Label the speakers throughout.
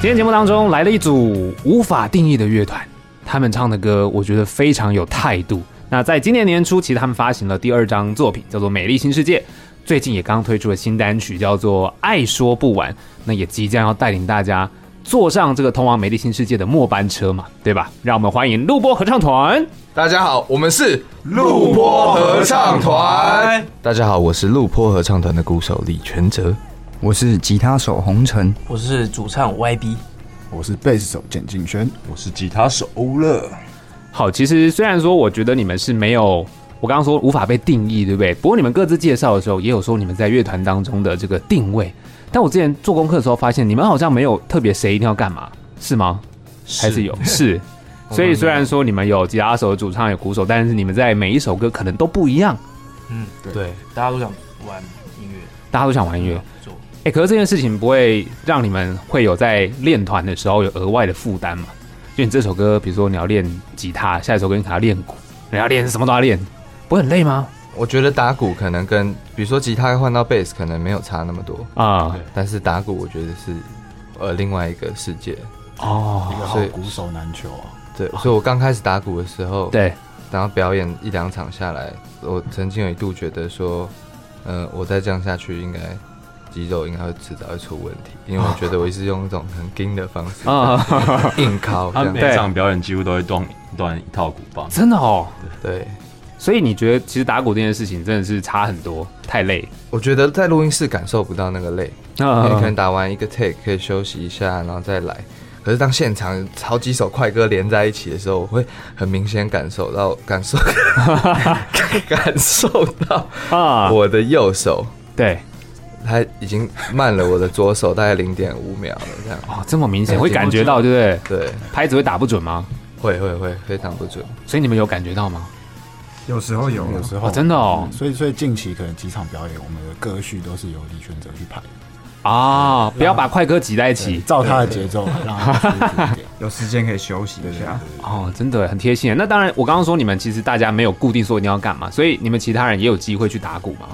Speaker 1: 今天节目当中来了一组无法定义的乐团，他们唱的歌我觉得非常有态度。那在今年年初，其实他们发行了第二张作品，叫做《美丽新世界》，最近也刚推出了新单曲，叫做《爱说不完》，那也即将要带领大家坐上这个通往美丽新世界的末班车嘛，对吧？让我们欢迎录播合唱团。
Speaker 2: 大家好，我们是
Speaker 3: 录播合唱团。
Speaker 2: 大家好，我是录播合唱团的鼓手李全哲。
Speaker 4: 我是吉他手洪晨，
Speaker 5: 我是主唱 YB，
Speaker 6: 我是贝斯手简敬轩，
Speaker 7: 我是吉他手欧乐。
Speaker 1: 好，其实虽然说我觉得你们是没有，我刚刚说无法被定义，对不对？不过你们各自介绍的时候也有说你们在乐团当中的这个定位，但我之前做功课的时候发现你们好像没有特别谁一定要干嘛，是吗？还是有 是。所以虽然说你们有吉他手、主唱、有鼓手，但是你们在每一首歌可能都不一样，
Speaker 5: 嗯，对，大家都想玩音乐，
Speaker 1: 大家都想玩音乐。
Speaker 5: 做
Speaker 1: 哎、可是这件事情不会让你们会有在练团的时候有额外的负担嘛？就你这首歌，比如说你要练吉他，下一首歌你可能要练鼓，你要练什么都要练，不会很累吗？
Speaker 2: 我觉得打鼓可能跟，比如说吉他换到贝斯，可能没有差那么多，
Speaker 1: 啊、
Speaker 2: 但是打鼓我觉得是呃另外一个世界。
Speaker 1: 哦，
Speaker 6: 一个好鼓手难求啊。
Speaker 2: 对，所以我刚开始打鼓的时候，，
Speaker 1: 对，
Speaker 2: 然后表演一两场下来，我曾经有一度觉得说，呃，我再这样下去应该。肌肉应该会迟早会出问题，因为我觉得我一直用一种很硬的方式
Speaker 1: 啊、
Speaker 2: 硬敲这
Speaker 7: 他
Speaker 2: 样
Speaker 7: 每
Speaker 1: 对
Speaker 7: 场表演几乎都会断断一套鼓棒。
Speaker 1: 真的哦。
Speaker 2: 对，
Speaker 1: 所以你觉得其实打鼓这件事情真的是差很多，太累。
Speaker 2: 我觉得在录音室感受不到那个累，
Speaker 1: 啊
Speaker 2: 你可能打完一个 take 可以休息一下，然后再来。可是当现场好几首快歌连在一起的时候，我会很明显感受到 感受感受到
Speaker 1: 啊，
Speaker 2: 我的右手
Speaker 1: 对，
Speaker 2: 它已经慢了我的左手大概零点五秒了，这样
Speaker 1: 哦，这么明显会感觉到，对不对？
Speaker 2: 对，
Speaker 1: 拍子会打不准吗？
Speaker 2: 会会会非常不准。
Speaker 1: 所以你们有感觉到吗？
Speaker 4: 有时候有啊
Speaker 6: 有时
Speaker 1: 哦，
Speaker 6: 候
Speaker 1: 真的哦
Speaker 6: 嗯，所以所以近期可能几场表演，我们的歌序都是由李玄哲去排的，
Speaker 1: 啊，不要把快歌挤在一起。
Speaker 6: 照他的节奏来让他舒服一 点。
Speaker 4: 有时间可以休息一下。
Speaker 1: 哦，真的很贴心。那当然，我刚刚说你们其实大家没有固定说一定要干嘛，所以你们其他人也有机会去打鼓吗？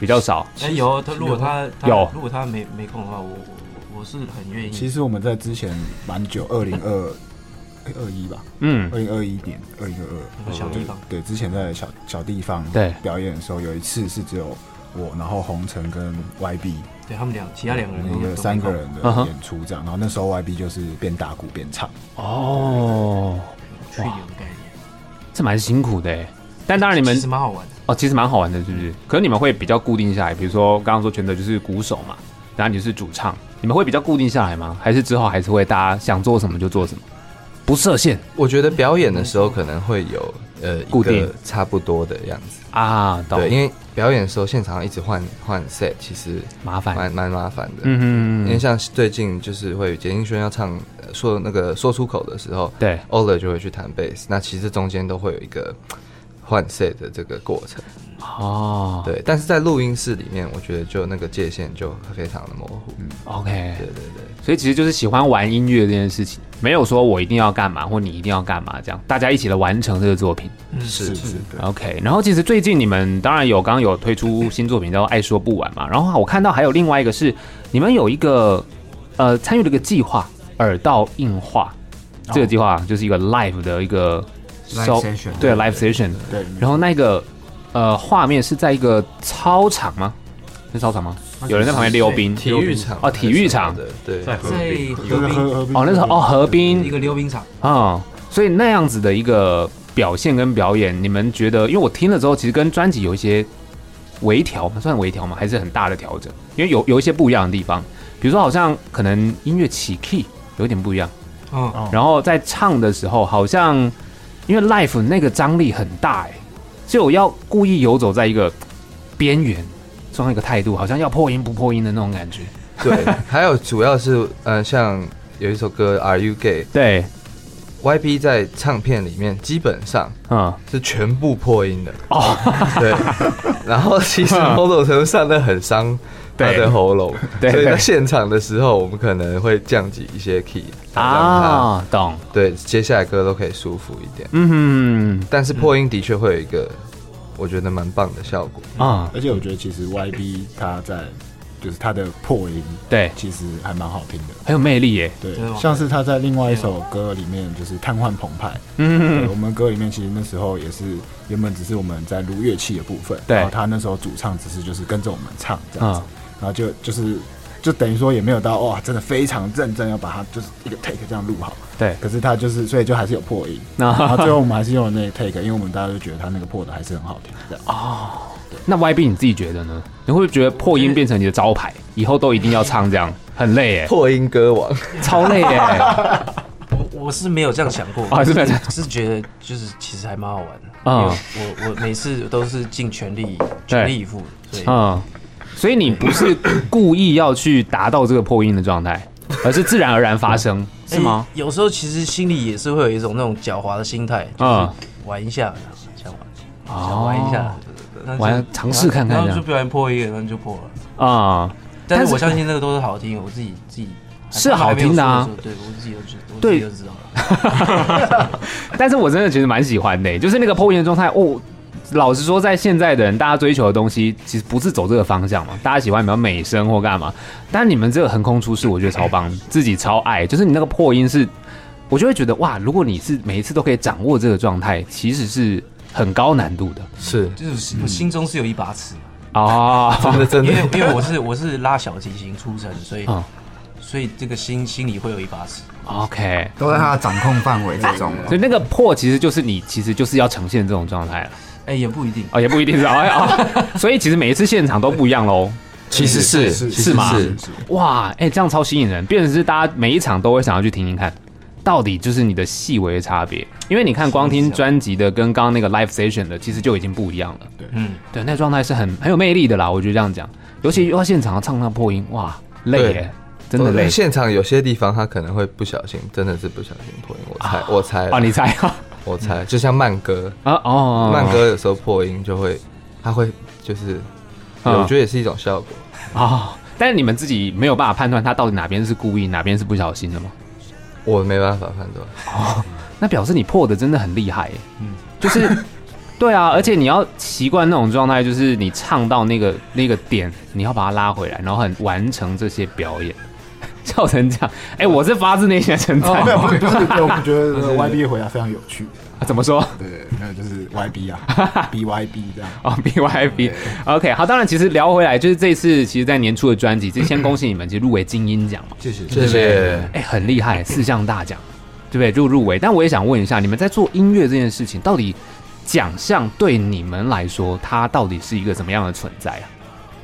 Speaker 1: 比较少
Speaker 5: 哎有他，如果他他
Speaker 1: 有
Speaker 5: 如果他没没空的话，我我我是很愿意。
Speaker 6: 其实我们在之前蛮久，二零二二一吧，
Speaker 1: 嗯
Speaker 6: 二零二一年，二零二
Speaker 5: 有
Speaker 6: 二
Speaker 5: 小地方
Speaker 6: 对，之前在小小地方
Speaker 1: 对
Speaker 6: 表演的时候，有一次是只有我，然后洪晨跟 YB
Speaker 5: 对他们两其他两个人都
Speaker 6: 那个
Speaker 5: 都
Speaker 6: 三
Speaker 5: 没
Speaker 6: 个
Speaker 5: 空
Speaker 6: 人
Speaker 1: 嗯哼
Speaker 6: 的演出这样，然后那时候 YB 就是边打鼓边唱，
Speaker 1: 哦，
Speaker 5: 去年的概念，
Speaker 1: 这蛮辛苦的欸。但当然你们
Speaker 5: 其实蛮好玩的。
Speaker 1: 哦，其实蛮好玩的，是不是？可是你们会比较固定下来，比如说刚刚说全德就是鼓手嘛，然后你就是主唱，你们会比较固定下来吗？还是之后还是会大家想做什么就做什么，不设限
Speaker 2: 我觉得表演的时候可能会有呃一
Speaker 1: 固定
Speaker 2: 个差不多的样子，
Speaker 1: 啊？懂
Speaker 2: 对，因为表演的时候现场一直换换 set，其实
Speaker 1: 麻烦，
Speaker 2: 蛮蛮麻烦的。
Speaker 1: 嗯
Speaker 2: 因为
Speaker 1: 嗯，
Speaker 2: 像最近就是会杰英轩要唱呃说那个说出口的时候，
Speaker 1: 对
Speaker 2: 欧乐就会去弹贝斯，那其实中间都会有一个嘖换 set 的这个过程，
Speaker 1: 哦，
Speaker 2: 对。但是在录音室里面，我觉得就那个界限就非常的模糊，
Speaker 1: 嗯，OK，
Speaker 2: 对对对，
Speaker 1: 所以其实就是喜欢玩音乐这件事情，没有说我一定要干嘛或你一定要干嘛这样，大家一起来完成这个作品。
Speaker 5: 嗯
Speaker 2: 是
Speaker 6: 嗯是对。
Speaker 1: OK，然后其实最近你们当然有刚刚有推出新作品叫《爱说不完》嘛，然后我看到还有另外一个是你们有一个呃参与了一个计划“耳道硬化”，这个计划就是一个 live 的一个
Speaker 4: Live
Speaker 1: 收
Speaker 4: session
Speaker 1: 对 live session，
Speaker 6: 对，
Speaker 1: 然后那个呃画面是在一个操场吗？是操场吗？有人在旁边溜冰，
Speaker 2: 体育场啊
Speaker 1: 哦体育场
Speaker 2: 的，对，
Speaker 7: 在
Speaker 5: 在
Speaker 6: 就
Speaker 5: 河
Speaker 6: 是
Speaker 5: 滨
Speaker 6: 喝喝冰
Speaker 1: 哦那时候哦河滨
Speaker 5: 嗯一个溜冰场，
Speaker 1: 啊、所以那样子的一个表现跟表演，你们觉得？因为我听了之后，其实跟专辑有一些微调，算微调吗？还是很大的调整？因为有有一些不一样的地方，比如说好像可能音乐起 key 有点不一样，
Speaker 5: 嗯，
Speaker 6: 哦
Speaker 1: 然后在唱的时候好像因为 l i f e 那个张力很大哎、所以我要故意游走在一个边缘，这样一个态度，好像要破音不破音的那种感觉。
Speaker 2: 对。还有主要是呃，像有一首歌《Are You Gay
Speaker 1: 对，》
Speaker 2: ，YP 在唱片里面基本上
Speaker 1: 嗯，
Speaker 2: 是全部破音的哦，对。然后其 实某种程度上那很伤他
Speaker 1: 对
Speaker 2: 的喉咙，
Speaker 1: 对
Speaker 2: 啊所以在现场的时候，我们可能会降级一些 key 啊，
Speaker 1: 啊，懂，
Speaker 2: 对，接下来歌都可以舒服一点。
Speaker 1: 嗯
Speaker 2: 但是破音的确会有一个我觉得蛮棒的效果，
Speaker 1: 哼，啊、
Speaker 6: 而且我觉得其实 YB 他在就是他的破音，
Speaker 1: 对
Speaker 6: 其实还蛮好听的。
Speaker 1: 很有魅力耶。
Speaker 5: 真的
Speaker 6: 对，
Speaker 5: 吗
Speaker 6: 像是他在另外一首歌里面，就是《瘫痪澎湃》。嗯，我们歌里面其实那时候也是原本只是我们在录乐器的部分，
Speaker 1: 对
Speaker 6: 然后他那时候主唱只是就是跟着我们唱这样子，
Speaker 1: 嗯
Speaker 6: 然后就就是就等于说也没有到哇，真的非常认真要把它就是一个 take 这样录好。
Speaker 1: 对
Speaker 6: 可是他就是所以就还是有破音，
Speaker 1: 那
Speaker 6: 然后最后我们还是用了那个 take，因为我们大家都觉得他那个破的还是很好听这样。
Speaker 1: 那 YB 你自己觉得呢？你会不会觉得破音变成你的招牌，以后都一定要唱这样，很累耶，
Speaker 2: 破音歌王，
Speaker 1: 超累耶。
Speaker 5: 我我是没有这样想过，
Speaker 1: 哦是没有这样
Speaker 5: 是觉得就是其实还蛮好玩的。
Speaker 1: 嗯
Speaker 5: 嗯，我我每次都是尽全力全力以赴，所以
Speaker 1: 嗯，所以你不是故意要去达到这个破音的状态，而是自然而然发 生，是吗？
Speaker 5: 欸有时候其实心里也是会有一种那种狡猾的心态，就是
Speaker 1: 嗯哦
Speaker 5: 玩一下，想玩，想玩一下，那就
Speaker 1: 玩尝试看看
Speaker 5: 然
Speaker 1: 这样
Speaker 5: 后就表演破一个，然后就破了。
Speaker 1: 啊、
Speaker 5: 但
Speaker 1: 但
Speaker 5: 是
Speaker 1: 是
Speaker 5: 我相信那个都是好听，的，我自己自己
Speaker 1: 是好听的啊
Speaker 5: 还没有说的时候对我自己都知，我自
Speaker 1: 对
Speaker 5: 己都知道了。
Speaker 1: 但是我真的其实蛮喜欢的、就是那个破音的状态哦。老实说，在现在的人，大家追求的东西其实不是走这个方向嘛。大家喜欢比较美声或干嘛，但你们这个横空出世，我觉得超棒，自己超爱。就是你那个破音是，我就会觉得哇，如果你是每一次都可以掌握这个状态，其实是很高难度 的
Speaker 2: 是
Speaker 5: 就是我心中是有一把尺，
Speaker 1: 哦。
Speaker 2: 真的真
Speaker 5: 因
Speaker 2: 的
Speaker 5: 为因为我是我是拉小提琴出身，所以
Speaker 1: 嗯
Speaker 5: 所以这个心心里会有一把尺。
Speaker 1: OK，
Speaker 4: 都在他的掌控范围之中了
Speaker 1: 所以那个破其实就是你，其实就是要呈现这种状态了
Speaker 5: 哎，也不一定，
Speaker 1: 哦，也不一定是哎哦，所以其实每一次现场都不一样喽。
Speaker 2: 其实是
Speaker 1: 是
Speaker 2: 是
Speaker 1: 吗
Speaker 2: 是，
Speaker 1: 哇，哎、这样超吸引人，变成是大家每一场都会想要去听听看，到底就是你的细微的差别。因为你看，光听专辑的跟刚刚那个 live session 的，其实就已经不一样了。
Speaker 5: 嗯，
Speaker 1: 对，那状态是很很有魅力的啦，我觉得这样讲，尤其又要现场唱那破音，哇，累耶，真的
Speaker 2: 我
Speaker 1: 累
Speaker 2: 现场有些地方他可能会不小心，真的是不小心破音，我猜我猜
Speaker 1: 啊！
Speaker 2: 啦
Speaker 1: 你猜啊？
Speaker 2: 我猜，就像慢歌，
Speaker 1: 啊哦，
Speaker 2: 慢歌有时候破音就会，他会就是，
Speaker 1: 嗯
Speaker 2: 我觉得也是一种效果。
Speaker 1: 啊、但是你们自己没有办法判断他到底哪边是故意，哪边是不小心的吗？
Speaker 2: 我没办法判断，
Speaker 1: 那表示你破的真的很厉害耶。嗯，就是 对啊，而且你要习惯那种状态，就是你唱到那个那个点，你要把它拉回来，然后很完成这些表演。 笑成这样，哎、我是发自内心的称赞、
Speaker 6: 啊哦没有，不是不是，我们觉得 YB 的回答非常有趣。
Speaker 1: 啊 怎么 说？
Speaker 6: 对，没有就是 YB 啊，BYB 这样。
Speaker 1: 哦，B Y B。OK，好，当然，其实聊回来，就是这一次，其实，在年初的专辑，就先恭喜你们，其实入围金音奖嘛，
Speaker 6: 谢谢。
Speaker 2: 谢谢。
Speaker 1: 哎、很厉害，四项大奖，对不对？就入围。但我也想问一下，你们在做音乐这件事情，到底奖项对你们来说，它到底是一个怎么样的存在啊？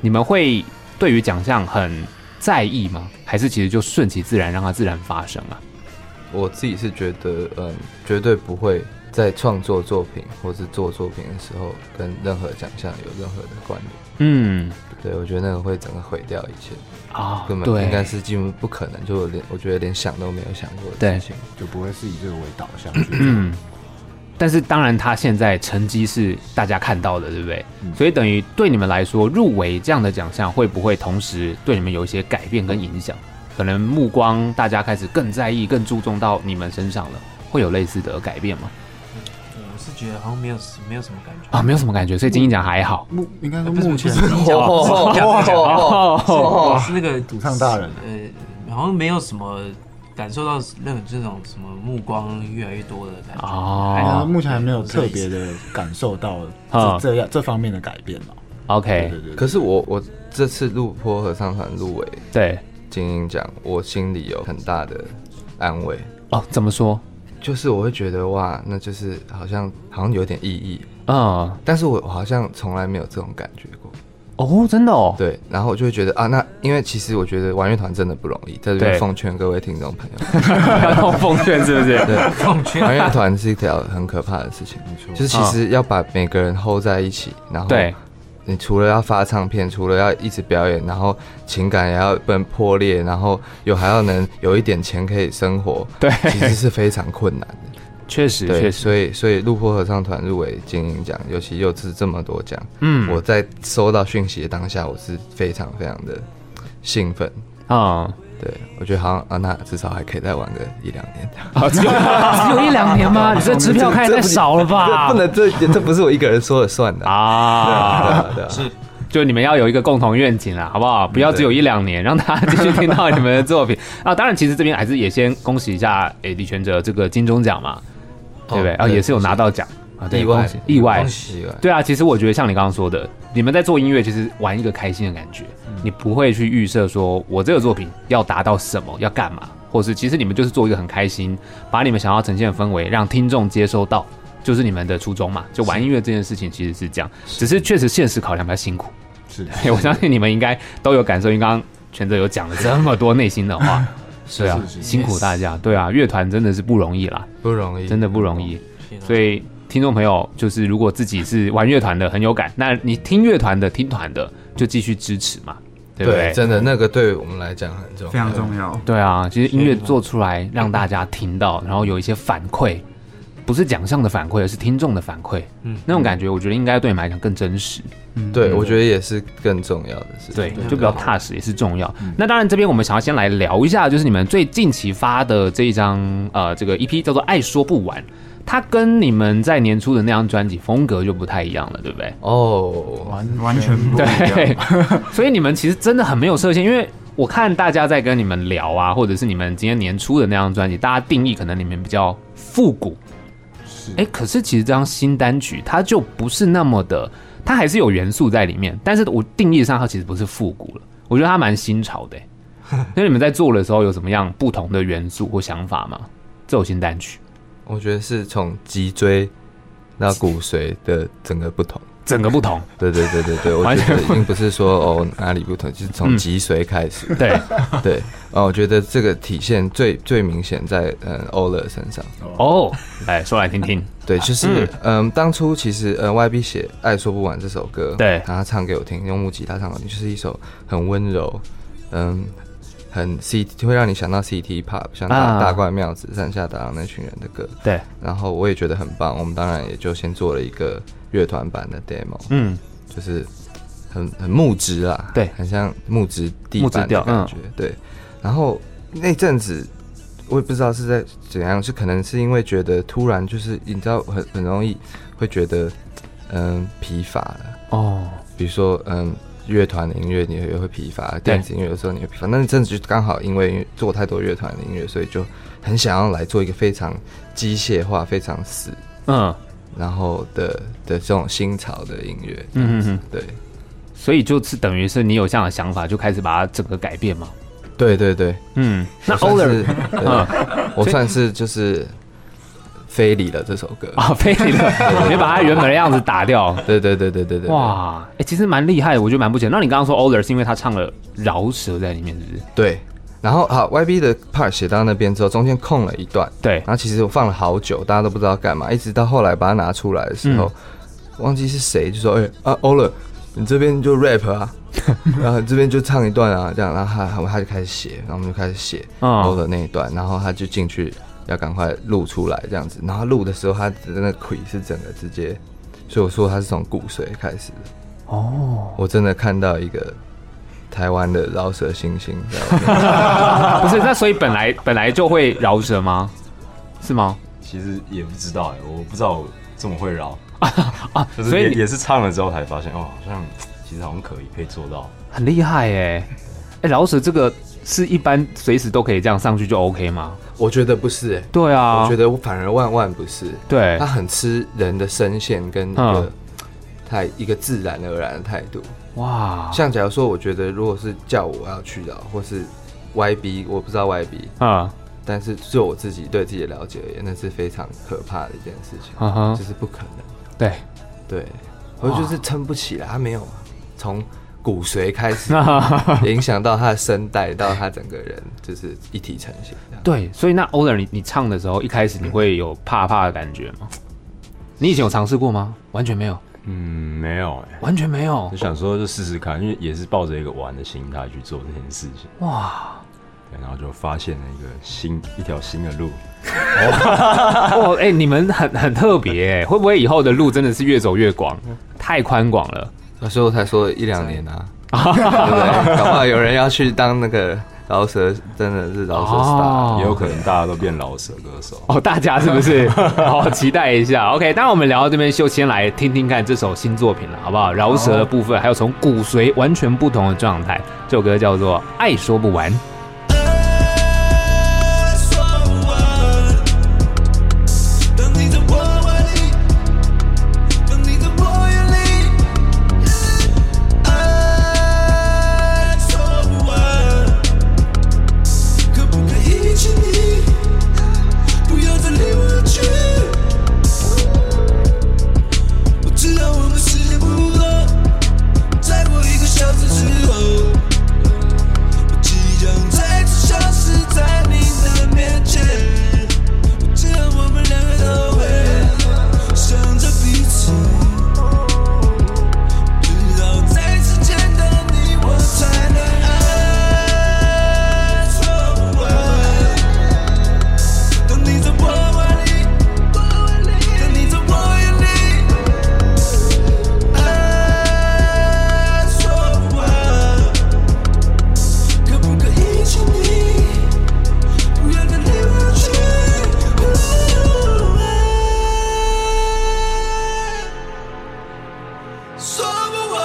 Speaker 1: 你们会对于奖项很在意吗？还是其实就顺其自然，让它自然发生啊？
Speaker 2: 我自己是觉得，嗯，绝对不会在创作作品或是做作品的时候跟任何奖项有任何的关联。
Speaker 1: 嗯，
Speaker 2: 对，我觉得那个会整个毁掉一切，
Speaker 1: 啊、
Speaker 2: 根本应该
Speaker 1: 对，
Speaker 2: 是几乎不可能，就连我觉得连想都没有想过的
Speaker 1: 对
Speaker 2: 事情。
Speaker 6: 就不会是以这个为导向去做。
Speaker 1: 嗯。但是当然，他现在成绩是大家看到的，对不对？所以等于对你们来说，入围这样的奖项会不会同时对你们有一些改变跟影响？可能目光大家开始更在意、更注重到你们身上了，会有类似的改变吗？
Speaker 5: 我是觉得好像没有没有什么感觉。
Speaker 1: 啊，没有什么感觉，所以金鹰奖还好。
Speaker 6: 目应该说
Speaker 5: 不是
Speaker 6: 目前
Speaker 5: 不是金奖不是金奖不是金奖
Speaker 1: 哦，
Speaker 5: 是那个
Speaker 6: 主唱大人啊
Speaker 5: 呃，好像没有什么感受到那种这种什么目光越来越多的感觉。
Speaker 1: 哦
Speaker 5: 还
Speaker 6: 啊，
Speaker 5: 好
Speaker 6: 目前还没
Speaker 5: 对
Speaker 6: 有
Speaker 5: 我
Speaker 6: 特
Speaker 5: 是这
Speaker 6: 别
Speaker 5: 意思
Speaker 6: 的感受到
Speaker 1: 啊
Speaker 6: 这这样这方面的改变嘛。对
Speaker 1: OK，
Speaker 6: 对对。
Speaker 2: 可是我我这次录坡合唱团入围
Speaker 1: 对，
Speaker 2: 金鹰奖，我心里有很大的安慰，
Speaker 1: 哦，怎么说？
Speaker 2: 就是我会觉得哇，那就是好像好像有点意义，
Speaker 1: 嗯，
Speaker 2: 但是我我好像从来没有这种感觉过。
Speaker 1: 哦，真的哦，
Speaker 2: 对，然后我就会觉得啊，那因为其实我觉得玩乐团真的不容易，在这
Speaker 1: 对
Speaker 2: 边奉劝各位听众朋友，
Speaker 1: 要到奉劝是不是？
Speaker 2: 对，
Speaker 5: 奉劝
Speaker 2: 玩乐团是一条很可怕的事情，没错，就是其实要把每个人 hold 在一起，然后
Speaker 1: 对，
Speaker 2: 你除了要发唱片，除了要一直表演，然后情感也要不能破裂，然后有还要能有一点钱可以生活，
Speaker 1: 对
Speaker 2: 其实是非常困难的，
Speaker 1: 确实
Speaker 2: 对，
Speaker 1: 确实，
Speaker 2: 所以所以路破合唱团入围金鹰奖，尤其又是这么多奖，
Speaker 1: 嗯
Speaker 2: 我在收到讯息的当下，我是非常非常的兴奋，
Speaker 1: 嗯，
Speaker 2: 对，我觉得好像啊，那至少还可以再玩个一两年。
Speaker 1: 好只有只有一两年吗？你这支票开得太少了吧？
Speaker 2: 这不能，这这不是我一个人说了算的啊！
Speaker 1: 啊，
Speaker 2: 对啊对啊
Speaker 5: 是
Speaker 1: 就你们要有一个共同愿景啦，好不好？不要只有一两年，让大家继续听到你们的作品 啊。当然，其实这边还是也先恭喜一下，诶，李全哲这个金钟奖嘛，对不对？啊，也是有拿到奖啊，对，
Speaker 2: 意外
Speaker 1: 恭喜意外
Speaker 2: 恭，喜啊！
Speaker 1: 对啊，其实我觉得像你刚刚说的，你们在做音乐，其实玩一个开心的感觉，
Speaker 6: 嗯
Speaker 1: 你不会去预设说我这个作品要达到什么，要干嘛，或是其实你们就是做一个很开心，把你们想要呈现的氛围让听众接收到，就是你们的初衷嘛。就玩音乐这件事情其实是这样，只是确实现实考量比较辛苦。
Speaker 6: 是
Speaker 1: 我相信你们应该都有感受，因为刚刚全泽有讲了这么多内心的 话，是啊，
Speaker 6: 是是
Speaker 1: 辛苦大家，对啊，乐团真的是不容易啦，
Speaker 2: 不容易，
Speaker 1: 真的不容易。所以听众朋友，就是如果自己是玩乐团的很有感，那你听乐团的、听团的就继续支持嘛，对不对？
Speaker 2: 真的那个对我们来讲很重要，
Speaker 4: 非常重要。
Speaker 1: 对啊，其实音乐做出来让大家听到，然后有一些反馈，不是奖项的反馈，而是听众的反馈，嗯
Speaker 5: 嗯，
Speaker 1: 那种感觉，我觉得应该对你们来讲更真实。
Speaker 2: 对，我觉得也是更重要的事情。
Speaker 1: 对，嗯就比较踏实也是重要。那当然，这边我们想要先来聊一下，就是你们最近期发的这一张呃这个 EP 叫做《爱说不完》，它跟你们在年初的那张专辑风格就不太一样了，对不对？
Speaker 2: 哦，
Speaker 6: 完
Speaker 4: 完全不一样，
Speaker 1: 对， 所以你们其实真的很没有设限，因为我看大家在跟你们聊啊，或者是你们今天年初的那张专辑，大家定义可能你们比较复古，
Speaker 6: 是
Speaker 1: 哎，可是其实这张新单曲它就不是那么的，它还是有元素在里面，但是我定义上它其实不是复古了，我觉得它蛮新潮 的。那你们在做的时候有什么样不同的元素或想法吗？这首新单曲
Speaker 2: 我觉得是从脊椎到骨髓的整个不同。
Speaker 1: 整个不同，
Speaker 2: 对对对对对，我
Speaker 1: 完
Speaker 2: 觉
Speaker 1: 全
Speaker 2: 得已经不是说哦哪里不同，就是从
Speaker 1: 嗯
Speaker 2: 脊髓开始。
Speaker 1: 对，
Speaker 2: 对，哦，我觉得这个体现最最明显在嗯欧乐身上。
Speaker 1: 哦，来说来听听，
Speaker 2: 对，就是嗯当初其实嗯 YB 写《爱说不完》这首歌，
Speaker 1: 对
Speaker 2: 然后他唱给我听，用木吉他唱给我听，就是一首很温柔，嗯，很 C 会让你想到 CT pop，像大、
Speaker 1: 啊
Speaker 2: 大怪庙子、山下达郎那群人的歌。
Speaker 1: 对，
Speaker 2: 然后我也觉得很棒，我们当然也就先做了一个乐团版的 demo，
Speaker 1: 嗯，
Speaker 2: 就是很很木质啦，
Speaker 1: 对
Speaker 2: 很像木质地
Speaker 1: 木质
Speaker 2: 板
Speaker 1: 调嗯
Speaker 2: 的感觉，对。然后那阵子我也不知道是在怎样，是可能是因为觉得突然就是你知道很很容易会觉得嗯疲乏了，
Speaker 1: 哦，
Speaker 2: 比如说嗯。乐团的音乐你也会疲乏，
Speaker 1: 对
Speaker 2: 电子音乐有时候你会疲乏。那阵子就刚好因为做太多乐团的音乐，所以就很想要来做一个非常机械化、非常死
Speaker 1: 嗯
Speaker 2: 然后的的这种新潮的音乐，
Speaker 1: 嗯嗯嗯。
Speaker 2: 对，
Speaker 1: 所以就是等于是你有这样的想法，就开始把它整个改变嘛。
Speaker 2: 对对对。
Speaker 1: 嗯，那
Speaker 2: 我
Speaker 1: o l
Speaker 2: 算
Speaker 1: e
Speaker 2: 是对我算是就是非礼了这首歌，
Speaker 1: 啊，非你了，你把它原本的样子打掉。
Speaker 2: 对对对对对对，哇，
Speaker 1: 哇，哎、其实蛮厉害的，我觉得蛮不简单。那你刚刚说 o l e 是因为他唱了饶舌在里面，是不是？
Speaker 2: 对。然后好，YB 的 part 写到那边之后，中间空了一段，
Speaker 1: 对
Speaker 2: 然后其实我放了好久，大家都不知道干嘛，一直到后来把它拿出来的时候，忘记是谁就说：“哎、啊，欧了，你这边就 rap 啊，然后这边就唱一段啊，这样。”然后他他他就开始写，然后我们就开始写
Speaker 1: 嗯
Speaker 2: 欧了那一段，然后他就进去要赶快录出来这样子。然后他录的时候，他的那个腿是整个直接，所以我说他是从骨髓开始的。哦，我真的看到一个台湾的饶舌星星在我面前。啊
Speaker 1: 不是，那所以本来本来就会饶舌吗？是吗？
Speaker 7: 其实也不知道哎、我不知道我这么会 绕，
Speaker 1: 啊，
Speaker 7: 就是
Speaker 1: 所以
Speaker 7: 也
Speaker 1: 你
Speaker 7: 也是唱了之后才发现，哦，好像其实好像可以可以做到。
Speaker 1: 很厉害哎、哎、饶舌这个是一般随时都可以这样上去就 OK 吗？
Speaker 2: 我觉得不是、欸，
Speaker 1: 对啊，
Speaker 2: 我觉
Speaker 1: 得
Speaker 2: 得我啊反而万万不是。
Speaker 1: 对
Speaker 2: 他，很吃人的声线跟一
Speaker 1: 哎嗯哦
Speaker 2: 个态、一个自然而然的态度。
Speaker 1: 哇，
Speaker 2: 像假如说，我觉得如果是叫我要去的，或是 YB，我不知道 YB，
Speaker 1: 啊，
Speaker 2: 但是就我自己对自己的了解而言，那是非常可怕的一件事情，
Speaker 1: 嗯哼
Speaker 2: 这是不可能。
Speaker 1: 对，
Speaker 2: 对，我就是撑不起来，他没有从骨髓开 始
Speaker 1: 那
Speaker 2: 影响到他的声带，到他整个人就是一体成型这样。
Speaker 1: 对，所以那 o l e 你你唱的时候，一开始你会有怕怕的感觉吗？你以前有尝试过吗？完全没有，
Speaker 7: 嗯，没有哎、
Speaker 1: 完全没有
Speaker 7: 我。想说就试试看，因为也是抱着一个玩的心态去做这件事情。
Speaker 1: 哇，
Speaker 7: 对然后就发现了一个新一条新的路，
Speaker 1: 哦，哎、你们很很特别、哎，会不会以后的路真的是越走越广，太宽广了？
Speaker 2: 所以我才说一两年啊，对不对？搞不好有人要去当那个饶舌真的是饶舌
Speaker 1: 哦
Speaker 2: star，
Speaker 7: 也有可能大家都变老舌歌手。
Speaker 1: 哦，大家是不是？好，期待一下。OK，当然我们聊到这边，就先来听听看这首新作品了，好不好？饶舌的部分，还有从骨髓完全不同的状态，这首歌叫做《爱说不完》。
Speaker 8: 爱说不完，等你在我怀里，等你在我眼里。爱说不完，可不可以请你不要再离我而去？我知道我们时间不多，再过一个小时之后。即将再次消失在你的面前。我知道我们两个都会想着彼此，直到再次见到你，我才能爱说不完。等你在我怀里，等你在我眼里，爱说不完。可不可以请你不要再离我而去？说不完。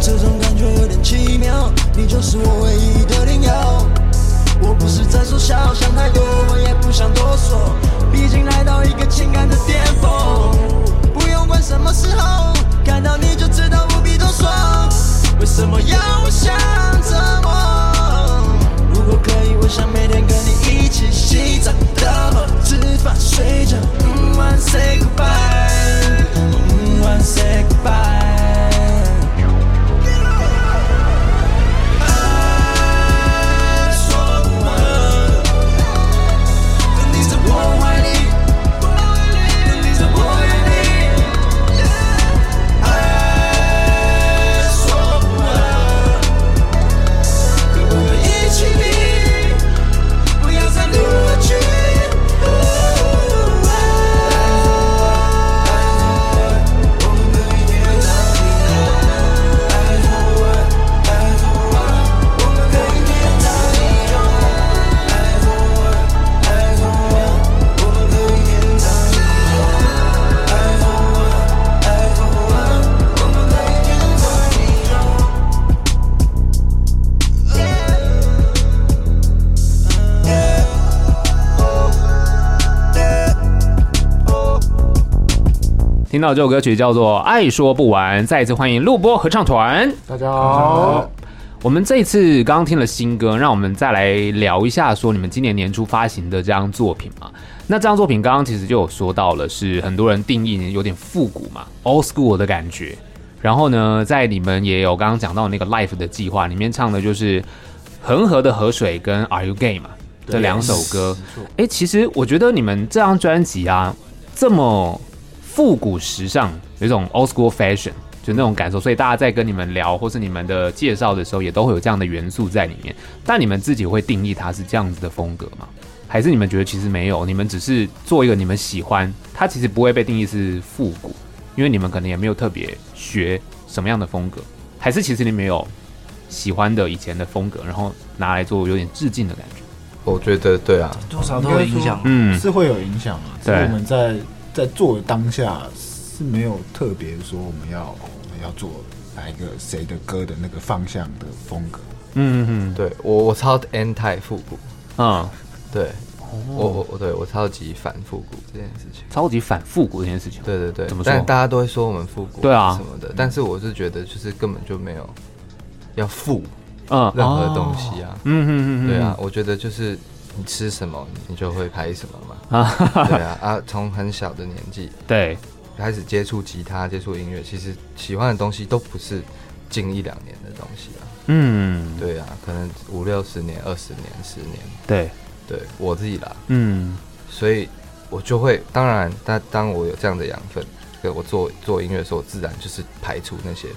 Speaker 8: 这种感觉有点奇妙，你就是我唯一的灵药。我不是在说笑，想太多，我也不想多说。毕竟来到一个情感的巅峰，不用管什么时候，看到你就知道不必多说。为什么要我想折磨？如果可以，我想每天跟你一起洗澡、打泡、吃饭、睡觉。嗯，one say goodbye，嗯，one say goodbye。爱说不完，等你在我怀里，等你在我眼里。爱说不完，可不可以请你不要再离我去？我们的一天到底，爱说不完，爱说不完。我们可以天长地久，爱说完，爱说完，我们可以天长地久，爱说完，爱说完，我们可以天长地久。
Speaker 1: 听到这首歌曲叫做《爱说不完》，再一次欢迎录播合唱团。
Speaker 6: 大家好，
Speaker 1: 我们这一次刚刚听了新歌，让我们再来聊一下，说你们今年年初发行的这张作品嘛。那这张作品刚刚其实就有说到了，是很多人定义有点复古嘛，old school 的感觉。然后呢，在你们也有刚刚讲到那个 life 的计划里面唱的就是恒河的河水跟 Are You Gay 嘛这两首歌。诶，哎其实我觉得你们这张专辑啊，这么复古时尚，有一种 old school fashion，就那种感受。所以大家在跟你们聊或是你们的介绍的时候，也都会有这样的元素在里面。但你们自己会定义它是这样子的风格吗？还是你们觉得其实没有，你们只是做一个你们喜欢，它其实不会被定义是复古，因为你们可能也没有特别学什么样的风格，还是其实你们有喜欢的以前的风格，然后拿来做有点致敬的感觉。
Speaker 2: 我觉得对啊，
Speaker 5: 多少都有影响。
Speaker 1: 嗯，
Speaker 6: 是会有影响啊。
Speaker 1: 对
Speaker 6: 所以我们在在做的当下是没有特别说我们要哦我们要做哪一个谁的歌的那个方向的风格。
Speaker 1: 嗯嗯
Speaker 2: 对我我超 anti 复古，
Speaker 1: 嗯，
Speaker 2: 对
Speaker 1: 哦
Speaker 2: 我我我对我超级反复古这件事情。
Speaker 1: 超级反复古这件事情。
Speaker 2: 对对对
Speaker 1: 怎么，说
Speaker 2: 但大家都会说我们复古，
Speaker 1: 对啊
Speaker 2: 什么的。但是我是觉得，就是根本就没有要复
Speaker 1: 嗯，
Speaker 2: 任何
Speaker 1: 哦
Speaker 2: 东西啊。
Speaker 1: 嗯嗯嗯，嗯
Speaker 2: 对啊，，我觉得就是你吃什么，你就会拍什么 嘛。
Speaker 1: 啊，哈哈
Speaker 2: 对啊啊，从很小的年纪
Speaker 1: 对，
Speaker 2: 开始接触吉他、接触音乐，其实喜欢的东西都不是近一两年的东西啊。
Speaker 1: 嗯，
Speaker 2: 对啊，可能五六十年、二十年、十年，
Speaker 1: 对，
Speaker 2: 对我自己啦，
Speaker 1: 嗯
Speaker 2: 所以我就会，当然，但当我有这样的养分，对我做做音乐的时候，我自然就是排除那些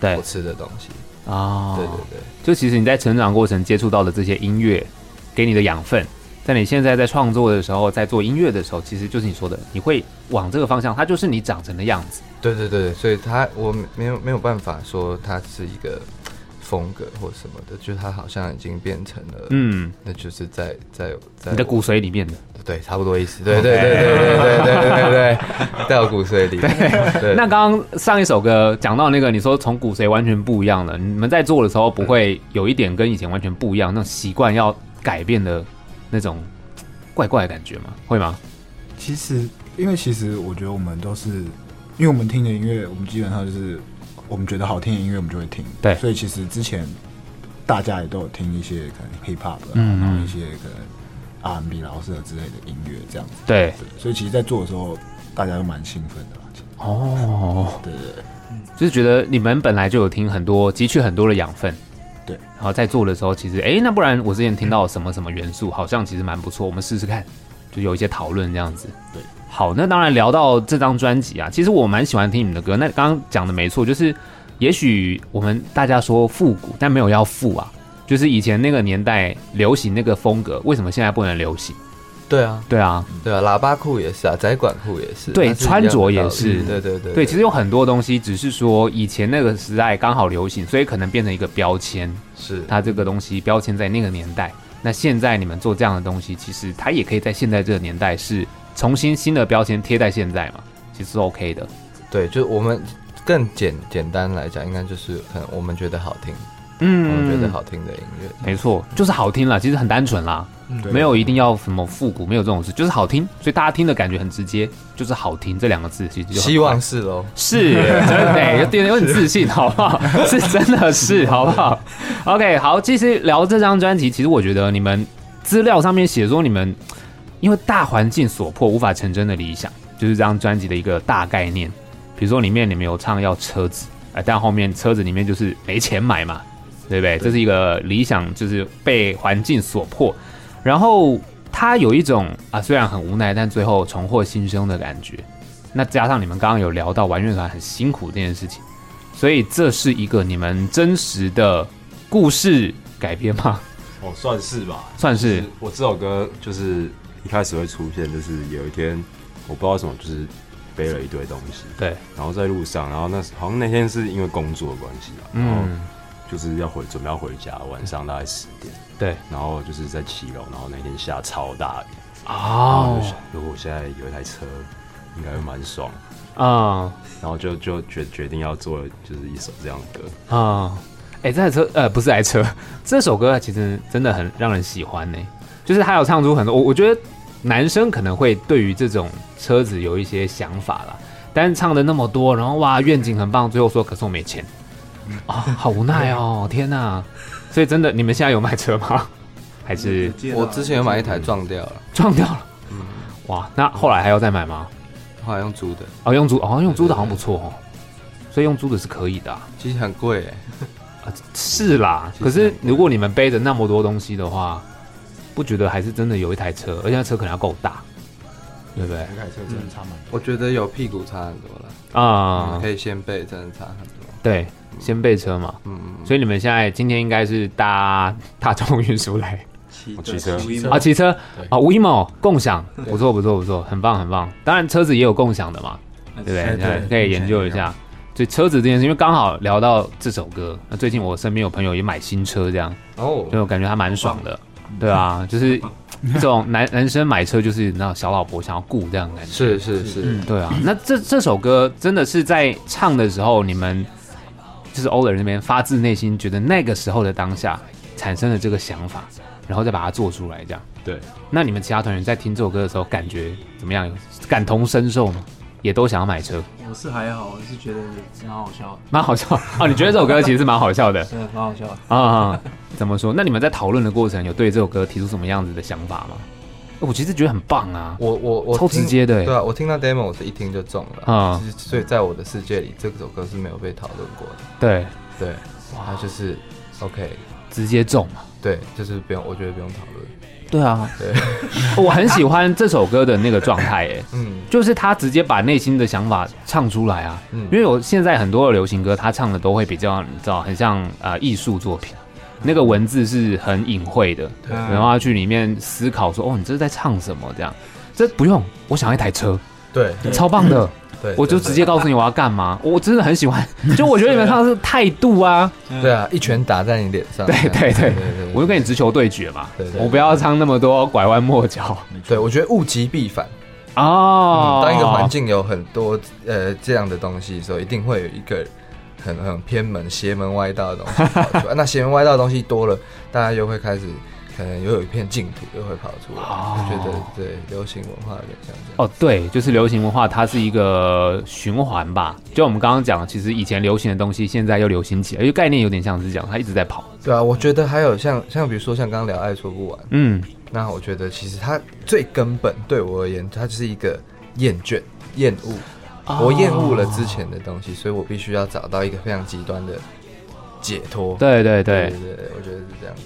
Speaker 1: 对
Speaker 2: 我吃的东西。
Speaker 1: 啊，
Speaker 2: 对对对，
Speaker 1: 就其实你在成长过程接触到的这些音乐，给你的养分，在你现在在创作的时候，在做音乐的时候，其实就是你说的，你会往这个方向，它就是你长成的样子。
Speaker 2: 对对对，所以他我没有没有办法说他是一个风格或什么的，就是他好像已经变成了，
Speaker 1: 嗯，
Speaker 2: 那就是在在在
Speaker 1: 你的骨髓里面的，
Speaker 2: 对，差不多意思，对对对对对对对对对对，在我骨髓里。对，
Speaker 1: 那刚刚上一首歌讲到那个，你说从骨髓完全不一样了，你们在做的时候不会有一点跟以前完全不一样，那种习惯要改变的那种怪怪的感觉吗？会吗？
Speaker 6: 其实，因为其实我觉得我们都是，因为我们听的音乐，我们基本上就是我们觉得好听的音乐，我们就会听。
Speaker 1: 对
Speaker 6: 所以其实之前大家也都有听一些可能 hip hop，、啊、
Speaker 1: 嗯嗯
Speaker 6: 然后一些可能 R&B 饶舌之类的音乐这样子。
Speaker 1: 对，
Speaker 6: 对所以其实，在做的时候，大家都蛮兴奋的啦。其实
Speaker 1: 哦，
Speaker 6: 对对对，
Speaker 1: 就是觉得你们本来就有听很多，汲取很多的养分，
Speaker 6: 对，
Speaker 1: 然后在做的时候，其实诶，那不然我之前听到什么什么元素，好像其实蛮不错，我们试试看，就有一些讨论这样子。
Speaker 6: 对，
Speaker 1: 好，那当然聊到这张专辑啊，其实我蛮喜欢听你们的歌。那刚刚讲的没错，就是也许我们大家说复古，但没有要复啊，就是以前那个年代流行那个风格，为什么现在不能流行？
Speaker 2: 对啊，
Speaker 1: 对啊，
Speaker 2: 对啊，喇叭裤也是啊，窄管裤也是，
Speaker 1: 对
Speaker 2: 它是一样的
Speaker 1: 穿着也
Speaker 2: 道理
Speaker 1: 是
Speaker 2: 对对对
Speaker 1: 对，其实有很多东西，只是说以前那个时代刚好流行，所以可能变成一个标签，
Speaker 2: 是
Speaker 1: 它这个东西标签在那个年代。那现在你们做这样的东西，其实它也可以在现在这个年代是重新新的标签贴在现在嘛，其实是 OK 的。
Speaker 2: 对，就是我们更简简单来讲，应该就是可能我们觉得好听，
Speaker 1: 嗯
Speaker 2: 我们觉得，好听的音乐，
Speaker 1: 没错，就是好听啦，其实很单纯啦，
Speaker 6: 对
Speaker 1: 没有一定要什么复古，没有这种事，就是好听，所以大家听的感觉很直接，就是好听这两个字，其实就很
Speaker 2: 希望是喽。
Speaker 1: 是，真的、有点有点自信，好不好？ 是真的是，好不好？OK，好，其实聊这张专辑，其实我觉得你们资料上面写说你们因为大环境所迫无法成真的理想，就是这张专辑的一个大概念。比如说里面你们有唱要车子，哎，但后面车子里面就是没钱买嘛，对不对？这是一个理想，就是被环境所迫，然后他有一种啊，虽然很无奈，但最后重获新生的感觉。那加上你们刚刚有聊到玩乐团很辛苦这件事情，所以这是一个你们真实的故事改编吗？
Speaker 7: 哦，算是吧，
Speaker 1: 算是
Speaker 7: 我这首歌就是一开始会出现，就是有一天我不知道为什么，就是背了一堆东西，
Speaker 1: 对，
Speaker 7: 然后在路上，然后那时好像那天是因为工作的关系吧，然后
Speaker 1: 嗯，
Speaker 7: 就是要回准备要回家，晚上大概十点，
Speaker 1: 对，
Speaker 7: 然后就是在七楼，然后那天下超大雨，然后
Speaker 1: 哦
Speaker 7: 就，想，如果我现在有一台车，应该会蛮爽，
Speaker 1: 啊
Speaker 7: 然后就就决决定要做就是一首这样的歌，
Speaker 1: 啊，哎，这台车呃不是这台车，这首歌啊其实真的很让人喜欢呢、就是他有唱出很多，我我觉得男生可能会对于这种车子有一些想法啦，但是唱的那么多，然后哇愿景很棒，最后说可是我没钱，啊、好无奈哦，天哪！所以真的，你们现在有买车吗？还是
Speaker 2: 我之前有买一台撞掉了，
Speaker 1: 撞掉了？哇，那后来还要再买吗？
Speaker 2: 后来用租的，
Speaker 1: 哦，用租哦，用租的好像不错哦，所以用租的是可以的啊、
Speaker 2: 其实很贵欸，
Speaker 1: 是啦，可是如果你们背着那么多东西的话，不觉得还是真的有一台车，而且那车可能要够大，对不对？
Speaker 6: 那台车真的差蛮多。
Speaker 2: 我觉得有屁股差很多了，
Speaker 1: 啊、
Speaker 2: 可以先背，真的差很多。
Speaker 1: 对，先备车嘛。
Speaker 2: 嗯嗯，
Speaker 1: 所以你们现在今天应该是搭大众运输来
Speaker 7: 我骑车
Speaker 1: 啊，骑车
Speaker 2: 对
Speaker 1: 啊，WeMo 共享，不错不错不错，很棒很棒。当然车子也有共享的嘛，
Speaker 5: 啊
Speaker 1: 对不对？那可以研究一下。所以车子这件事，因为刚好聊到这首歌，那最近我身边有朋友也买新车，这样，
Speaker 2: 哦
Speaker 1: 所以我感觉还蛮爽的。对啊，就是一种男 男生买车就是那种小老婆想要顾这样的感觉。
Speaker 2: 是是是，
Speaker 1: 对啊，那这这首歌真的是在唱的时候，你们就是欧人那边发自内心觉得那个时候的当下产生了这个想法，然后再把它做出来这样。
Speaker 7: 对，
Speaker 1: 那你们其他团员在听这首歌的时候，感觉怎么样？有感同身受吗？也都想要买车，
Speaker 5: 我是还好，我是觉得蛮好笑的，
Speaker 1: 蛮好笑哦。你觉得这首歌其实是蛮好笑的
Speaker 5: 真的蛮好笑的。
Speaker 1: 啊、怎么说？那你们在讨论的过程，有对这首歌提出什么样子的想法吗？我其实觉得很棒啊。
Speaker 2: 我我我
Speaker 1: 超
Speaker 2: 听
Speaker 1: 直接的欸
Speaker 2: 对啊，我听到 demo 我是一听就中了
Speaker 1: 啊
Speaker 2: 啊，其实所以在我的世界里，这首歌是没有被讨论过的，
Speaker 1: 对，
Speaker 2: 对，它就是 OK，
Speaker 1: 直接中啊嘛。
Speaker 2: 对，就是不用，我觉得不用讨论，
Speaker 1: 对啊，
Speaker 2: 对，
Speaker 1: 我很喜欢这首歌的那个状态，哎，
Speaker 2: 嗯
Speaker 1: 就是他直接把内心的想法唱出来啊。
Speaker 2: 嗯
Speaker 1: 因为我现在很多的流行歌，他唱的都会比较，你知道，很像呃艺术作品，那个文字是很隐晦的，
Speaker 5: 对啊
Speaker 1: 然后要去里面思考说，哦，你这是在唱什么？这样，这不用，我想要一台车，
Speaker 2: 对
Speaker 1: 超棒的，
Speaker 2: 对，
Speaker 1: 我就
Speaker 2: 真的
Speaker 1: 直接告诉你我要干 嘛。我真的很喜欢， 就我觉得你们唱的是态度啊，
Speaker 2: 对啊，一拳打在你脸上。
Speaker 1: 对对对
Speaker 2: 对对，
Speaker 1: 我就跟你直球对决嘛
Speaker 2: 对，对
Speaker 1: 我不要唱那么多拐弯抹角
Speaker 2: 对我觉得物极必反。
Speaker 1: 哦。
Speaker 2: 当一个环境有很多呃这样的东西的时候，一定会有一个很很偏门、邪门歪道的东西跑 出来。那邪门歪道的东西多了，大家又会开始可能又有一片净土又会跑出来。
Speaker 1: 哦
Speaker 2: 我觉得对流行文化有点像这样。
Speaker 1: 哦，对，就是流行文化，它是一个循环吧。就我们刚刚讲，的，其实以前流行的东西，现在又流行起来，因为概念有点像是这样，它一直在跑。
Speaker 2: 对啊，我觉得还有像像比如说像刚刚聊爱说不完，
Speaker 1: 嗯，
Speaker 2: 那我觉得其实它最根本对我而言，它就是一个厌倦、厌恶。哦我厌恶了之前的东西，所以我必须要找到一个非常极端的解脱。
Speaker 1: 对对
Speaker 2: 对
Speaker 1: 对
Speaker 2: 对对，我觉得是这样子。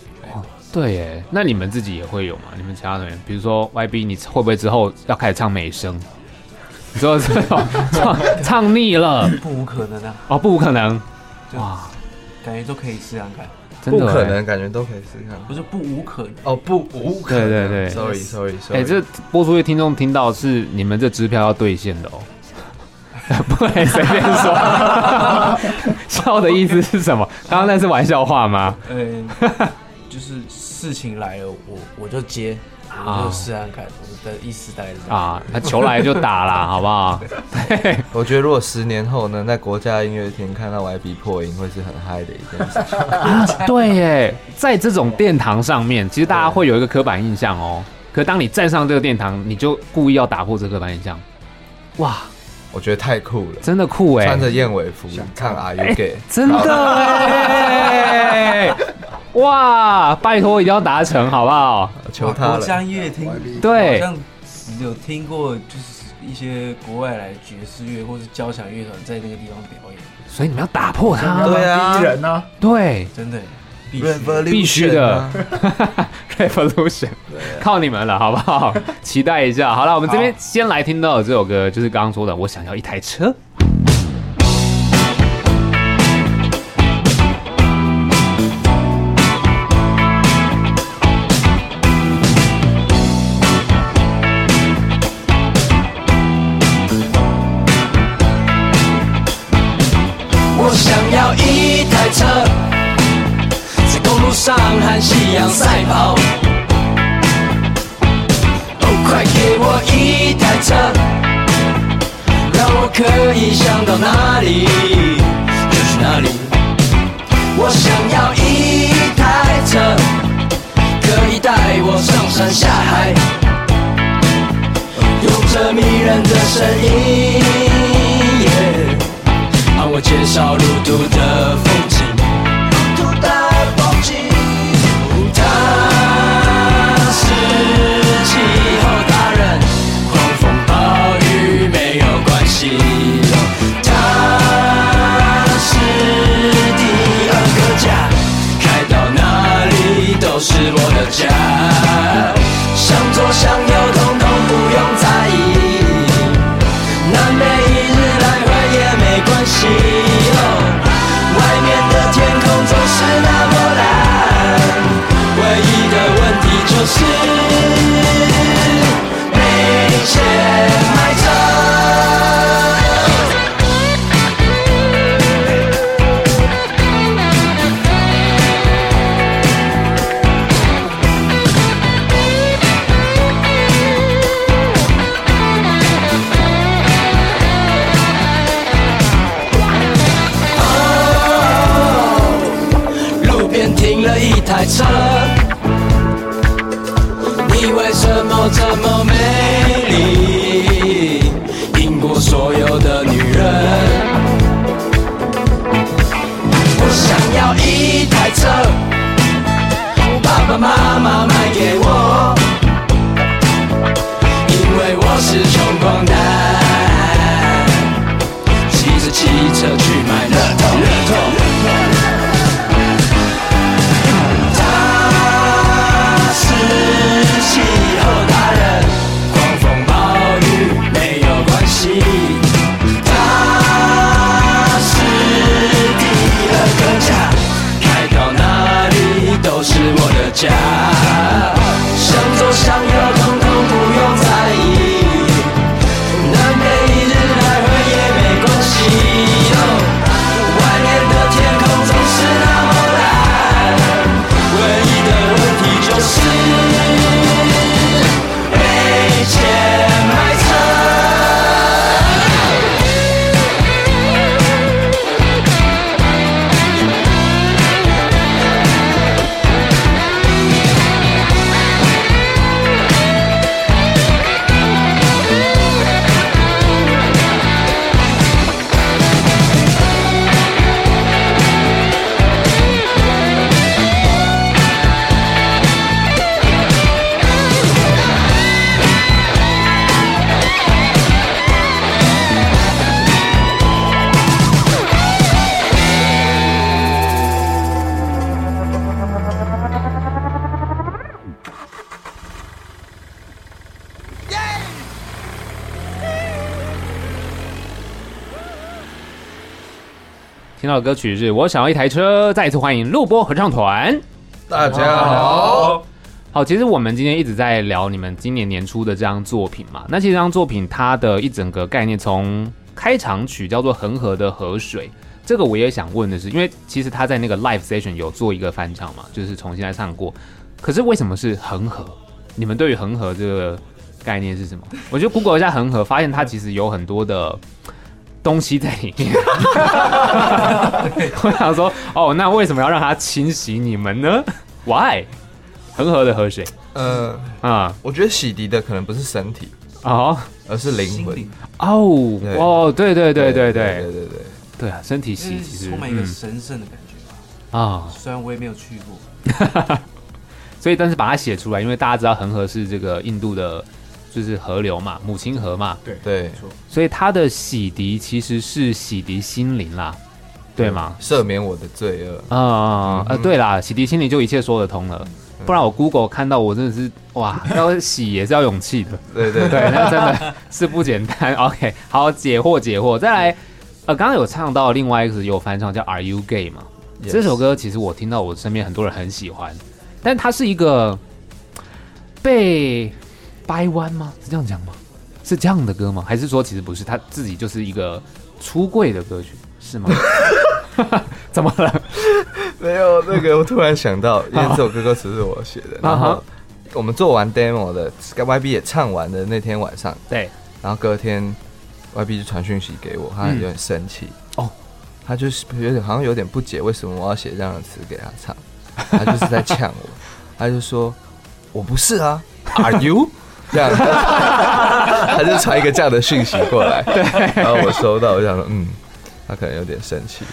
Speaker 1: 对耶。那你们自己也会有吗？你们其他成员，比如说 YB，你会不会之后要开始唱美声？你说这种唱 唱腻了
Speaker 5: 不无可能啊，
Speaker 1: 哦，不可能，
Speaker 5: 就
Speaker 1: 哇，
Speaker 5: 感觉都可以试看看，
Speaker 1: 真的哎欸
Speaker 2: 不可
Speaker 1: 耶。
Speaker 2: 能，感觉都可以试试看。
Speaker 5: 不是不无可能，
Speaker 2: 哦，不，无可能。
Speaker 1: 对对对
Speaker 2: Sorry Sorry Sorry。
Speaker 1: 哎、这播出的听众听到是你们这支票要兑现的哦， 不能随便说。 笑的意思是什么？刚刚那是玩笑话吗？
Speaker 5: 嗯， 就是事情来了，我我就接，
Speaker 1: 啊
Speaker 5: 我就试看看，我的意思大概是这样。
Speaker 1: 啊，那球来就打 啦，好不好？
Speaker 2: 我觉得如果十年后呢，在国家音乐厅看到 YB 破音，会是很嗨的一件 事情。
Speaker 1: 啊，对耶，在这种殿堂上面，其实大家会有一个刻板印象哦。可当你站上这个殿堂，你就故意要打破这个刻板印象。哇，
Speaker 2: 我觉得太酷了，
Speaker 1: 真的酷哎！
Speaker 2: 穿着燕尾服看 Are You Gay？
Speaker 1: 真的哎、 哇，拜托一定要达成，好不好？
Speaker 2: 求他
Speaker 5: 国家
Speaker 2: 了。
Speaker 5: 音乐厅，
Speaker 1: 对
Speaker 5: 好像有听过，就是一些国外来爵士乐或是交响乐团在那个地方表演，
Speaker 1: 所以你们要打破它，
Speaker 2: 对啊
Speaker 6: 第一人呢、啊，
Speaker 1: 对
Speaker 5: 真的必须
Speaker 2: Revolution
Speaker 1: 必须
Speaker 2: 啊
Speaker 1: 的 ，revolution，靠你们了，好不好？ 期待一下。好了，我们这边先来听到的这首歌，就是刚刚说的，我想要一台车。
Speaker 8: 我想要一台车，在公路上和夕阳赛跑。哦，快给我一台车，让我可以想到哪里就去哪里。我想要一台车，可以带我上山下海，用这迷人的声音。耶帮我介绍路途的风景。路途的风景，他是气候达人，狂风暴雨没有关系。哦他是第二个家，开到哪里都是我的家。想左想右，通通不用在意。南北一日来回也没关系。哦，外面
Speaker 1: 听到的歌曲是我想要一台车，再一次欢迎录播合唱团。
Speaker 2: 大家好，
Speaker 1: 好，其实我们今天一直在聊你们今年年初的这张作品嘛。那其实这张作品它的一整个概念，从开场曲叫做《恒河的河水》，这个我也想问的是，因为其实他在那个 live session 有做一个翻唱嘛，就是重新来唱过。可是为什么是恒河？你们对于恒河这个概念是什么？我就 Google 一下恒河，发现它其实有很多的东西在里面。我想说，哦，那为什么要让它清洗你们呢？Why？恒河的河水
Speaker 2: 呃，
Speaker 1: 啊，
Speaker 2: 我觉得洗涤的可能不是身体，
Speaker 1: 哦
Speaker 2: 而是灵魂。
Speaker 1: 哦
Speaker 2: 对
Speaker 1: 哦，对对对对对
Speaker 2: 对对对，
Speaker 1: 对啊，身体洗
Speaker 5: 是
Speaker 1: 其实
Speaker 5: 充满一个
Speaker 1: 嗯
Speaker 5: 神圣的感觉吧。
Speaker 1: 啊，
Speaker 5: 虽然我也没有去过，
Speaker 1: 所以但是把它写出来，因为大家知道恒河是这个印度的，就是河流嘛，母亲河嘛，
Speaker 6: 对
Speaker 2: 对
Speaker 6: 没错
Speaker 1: 所以它的洗涤其实是洗涤心灵啦，对吗？
Speaker 2: 赦免我的罪恶。
Speaker 1: 啊啊、呃，对啦，洗涤心灵就一切说得通了。不然我 Google 看到我真的是哇，要洗也是要勇气的。
Speaker 2: 对对
Speaker 1: 对，那真的是不简单。OK，好， 解惑解惑。再来，呃，刚刚有唱到另外一个有翻唱叫《Are You Gay》嘛
Speaker 2: Yes
Speaker 1: 这首歌其实我听到我身边很多人很喜欢，但它是一个被掰弯吗？是这样讲吗？是这样的歌吗？还是说其实不是，他自己就是一个出柜的歌曲，是 吗？怎么了？
Speaker 2: 没有那个，我突然 想到，因为这首歌歌词是我写的，然
Speaker 1: 啊哈
Speaker 2: 后我们做完 demo 的，YB 也唱完的那天晚上，
Speaker 1: 对，
Speaker 2: 然后隔天 YB 就传讯息给我，他有点生气、
Speaker 1: 哦，
Speaker 2: 他就是有点好像有点不解为什么我要写这样的词给他唱，他就是在呛 我，他就说我不是啊，Are you？这样， 他就传一个这样的讯息过来，然后我收到，我想说，嗯，他可能有点生 气，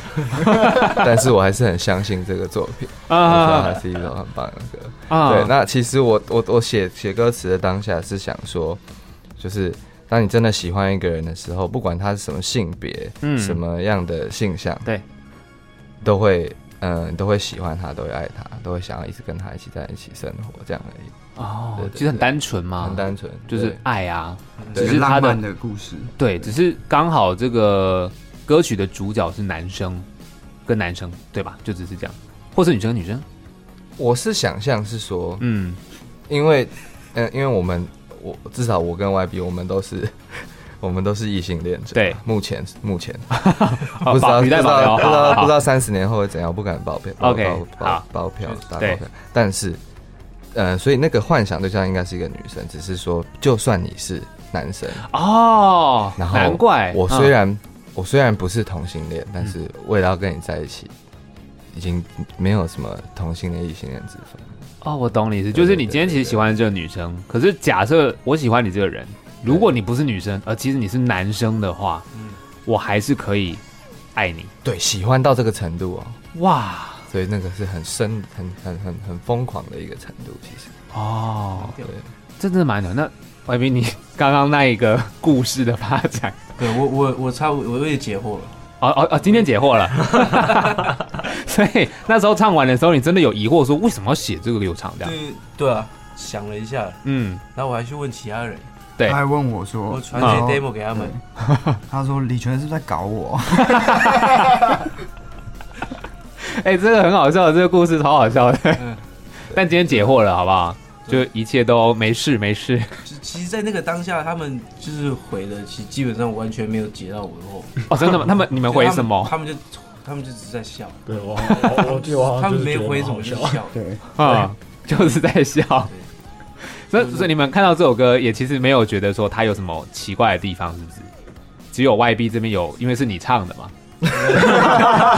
Speaker 2: 但是我还是很相信这个作品，我觉得它是一首很棒的歌。
Speaker 1: 啊
Speaker 2: 对，那其实我我我写写歌词的当下是想说，就是当你真的喜欢一个人的时候，不管他是什么性别，
Speaker 1: 嗯
Speaker 2: 什么样的性向，
Speaker 1: 对，
Speaker 2: 都会嗯、都会喜欢他，都会爱他，都会想要一直跟他一起在一起生活，这样而已，
Speaker 1: 哦
Speaker 2: 对对，对
Speaker 1: 其实很单纯嘛，
Speaker 2: 很单纯，
Speaker 1: 啊就是爱啊，只
Speaker 2: 对嗯
Speaker 4: 一
Speaker 1: 是
Speaker 4: 个
Speaker 1: 他
Speaker 4: 浪
Speaker 1: 的
Speaker 4: 漫的故事，
Speaker 1: 对，只是刚好这个歌曲的主角是男生跟男生，对吧？就只是这样，或是女生跟女生。
Speaker 2: 我是想象是说，
Speaker 1: 嗯，
Speaker 2: 因为，嗯、因为我们，我至少我跟 YB，我们都是， 我们都是异性恋者。
Speaker 1: 对
Speaker 2: 目前目前
Speaker 1: 好
Speaker 2: 不知道
Speaker 1: 啊保
Speaker 2: 不
Speaker 1: 语
Speaker 2: 知
Speaker 1: 代保镖，
Speaker 2: 道不知
Speaker 1: 好好
Speaker 2: 道不知
Speaker 1: 好
Speaker 2: 道三十年后会怎样，不敢保票。保
Speaker 1: OK，
Speaker 2: 保
Speaker 1: 好
Speaker 2: 保保票打保
Speaker 1: 对
Speaker 2: 票，但是，呃，所以那个幻想对象应该是一个女生，只是说，就算你是男生，
Speaker 1: 哦，
Speaker 2: 然后
Speaker 1: 难怪
Speaker 2: 我
Speaker 1: 嗯
Speaker 2: 虽然、我虽然不是同性恋，但是为了要跟你在一起，已经没有什么同性恋异性恋之分。
Speaker 1: 哦，我懂你意思，就是你
Speaker 2: 对对
Speaker 1: 今天其实喜欢这个女生，可是假设我喜欢你这个人，如果你不是女生，而其实你是男生的话，
Speaker 2: 嗯
Speaker 1: 我还是可以爱你。
Speaker 2: 对，喜欢到这个程度哦。
Speaker 1: 哇
Speaker 2: 所以那个是很深、很很很很疯狂的一个程度，其实
Speaker 1: 哦，
Speaker 2: 对，
Speaker 1: 真的蛮暖。那外斌，你 刚刚那一个故事的发展，
Speaker 5: 对我我我差不多我也解惑了。
Speaker 1: 哦哦哦，今天解惑了。 所以那时候唱完的时候，你真的有疑惑说为什么要写这个流畅这样？
Speaker 5: 对对啊，想了一下，
Speaker 1: 嗯，
Speaker 5: 然后我还去问其他人，
Speaker 1: 对
Speaker 4: 他还问我说，哦
Speaker 5: 我传
Speaker 1: 啊
Speaker 5: 些 demo 给他们，
Speaker 4: 他说李泉是不是在搞我？
Speaker 1: 哎、这个很好笑，这个故事超好笑的。
Speaker 5: 嗯
Speaker 1: 但今天解惑了，好不好？就
Speaker 5: 对
Speaker 1: 一切都没事没 事。
Speaker 5: 就其实，在那个当下，他们就是回的，其实基本上完全没有解到我的惑。
Speaker 1: 哦，真的吗？他们你们回什么
Speaker 5: 他们就他们就只是在笑，
Speaker 6: 对我我我我记得我好
Speaker 1: 哦
Speaker 5: 他
Speaker 6: 像
Speaker 5: 们
Speaker 6: 就是
Speaker 5: 没
Speaker 6: 觉得
Speaker 5: 回
Speaker 6: 蛮
Speaker 5: 什
Speaker 6: 好
Speaker 5: 么就
Speaker 6: 笑
Speaker 5: 是 笑。
Speaker 4: 对，
Speaker 1: 啊、就是在笑。所以所以你们看到这首歌，也其实没有觉得说它有什么奇怪的地方，是不是？只有外 B 这边有，因为是你唱 的嘛，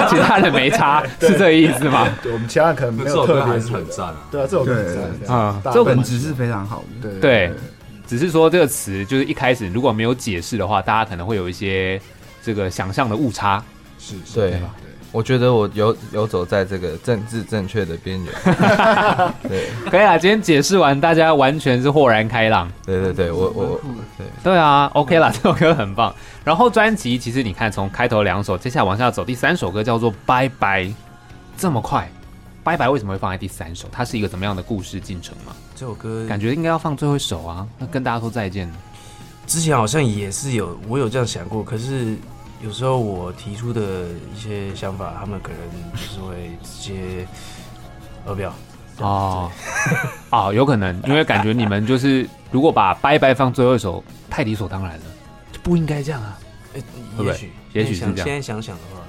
Speaker 1: 其他人没差，是这意思吗？
Speaker 6: 对，我们其他人可能没
Speaker 7: 这
Speaker 6: 有
Speaker 7: 首
Speaker 6: 特
Speaker 7: 歌
Speaker 6: 别
Speaker 7: 还是
Speaker 6: 觉
Speaker 7: 很
Speaker 6: 得
Speaker 7: 赞啊，
Speaker 6: 对啊，这首歌很
Speaker 4: 对
Speaker 6: 赞
Speaker 4: 对
Speaker 6: 这样
Speaker 1: 嗯
Speaker 6: 大 家
Speaker 1: 这
Speaker 6: 都
Speaker 1: 本
Speaker 4: 本
Speaker 6: 蛮
Speaker 4: 质是非常好的。
Speaker 6: 对
Speaker 1: 对，只是说这个词就是一开始如果没有解释的话，大家可能会有一些这个想象的误 差。
Speaker 6: 是是
Speaker 2: 对
Speaker 6: 吧？
Speaker 2: 我觉得我游游走在这个政治正确的边缘。对
Speaker 1: 可以啦，哎今天解释完，大家完全是豁然开朗。
Speaker 2: 对对对，我我对
Speaker 1: 对啊，OK 啦，这 首歌很棒。然后专辑其实你看，从开头两首，接下来往下走，第三首歌叫做《拜拜》，这么快，《拜拜》为什么会放在第三首？它是一个怎么样的故事进程嘛？
Speaker 5: 这首歌
Speaker 1: 感觉应该要放最后一首啊，那跟大家说再见。
Speaker 5: 之前好像也是有我有这样想过，可是有时候我提出的一些想法，他们可能就是会直接呃不要，
Speaker 1: 哦， 啊，有可能，因为感觉你们就是如果把《拜拜》放最后一首，太理所当然了，不应该这样啊。
Speaker 5: 呃
Speaker 1: 会不
Speaker 5: 也
Speaker 1: 会
Speaker 5: 许
Speaker 1: 也许是
Speaker 5: 现在想
Speaker 1: 这样
Speaker 5: 现在想想的话，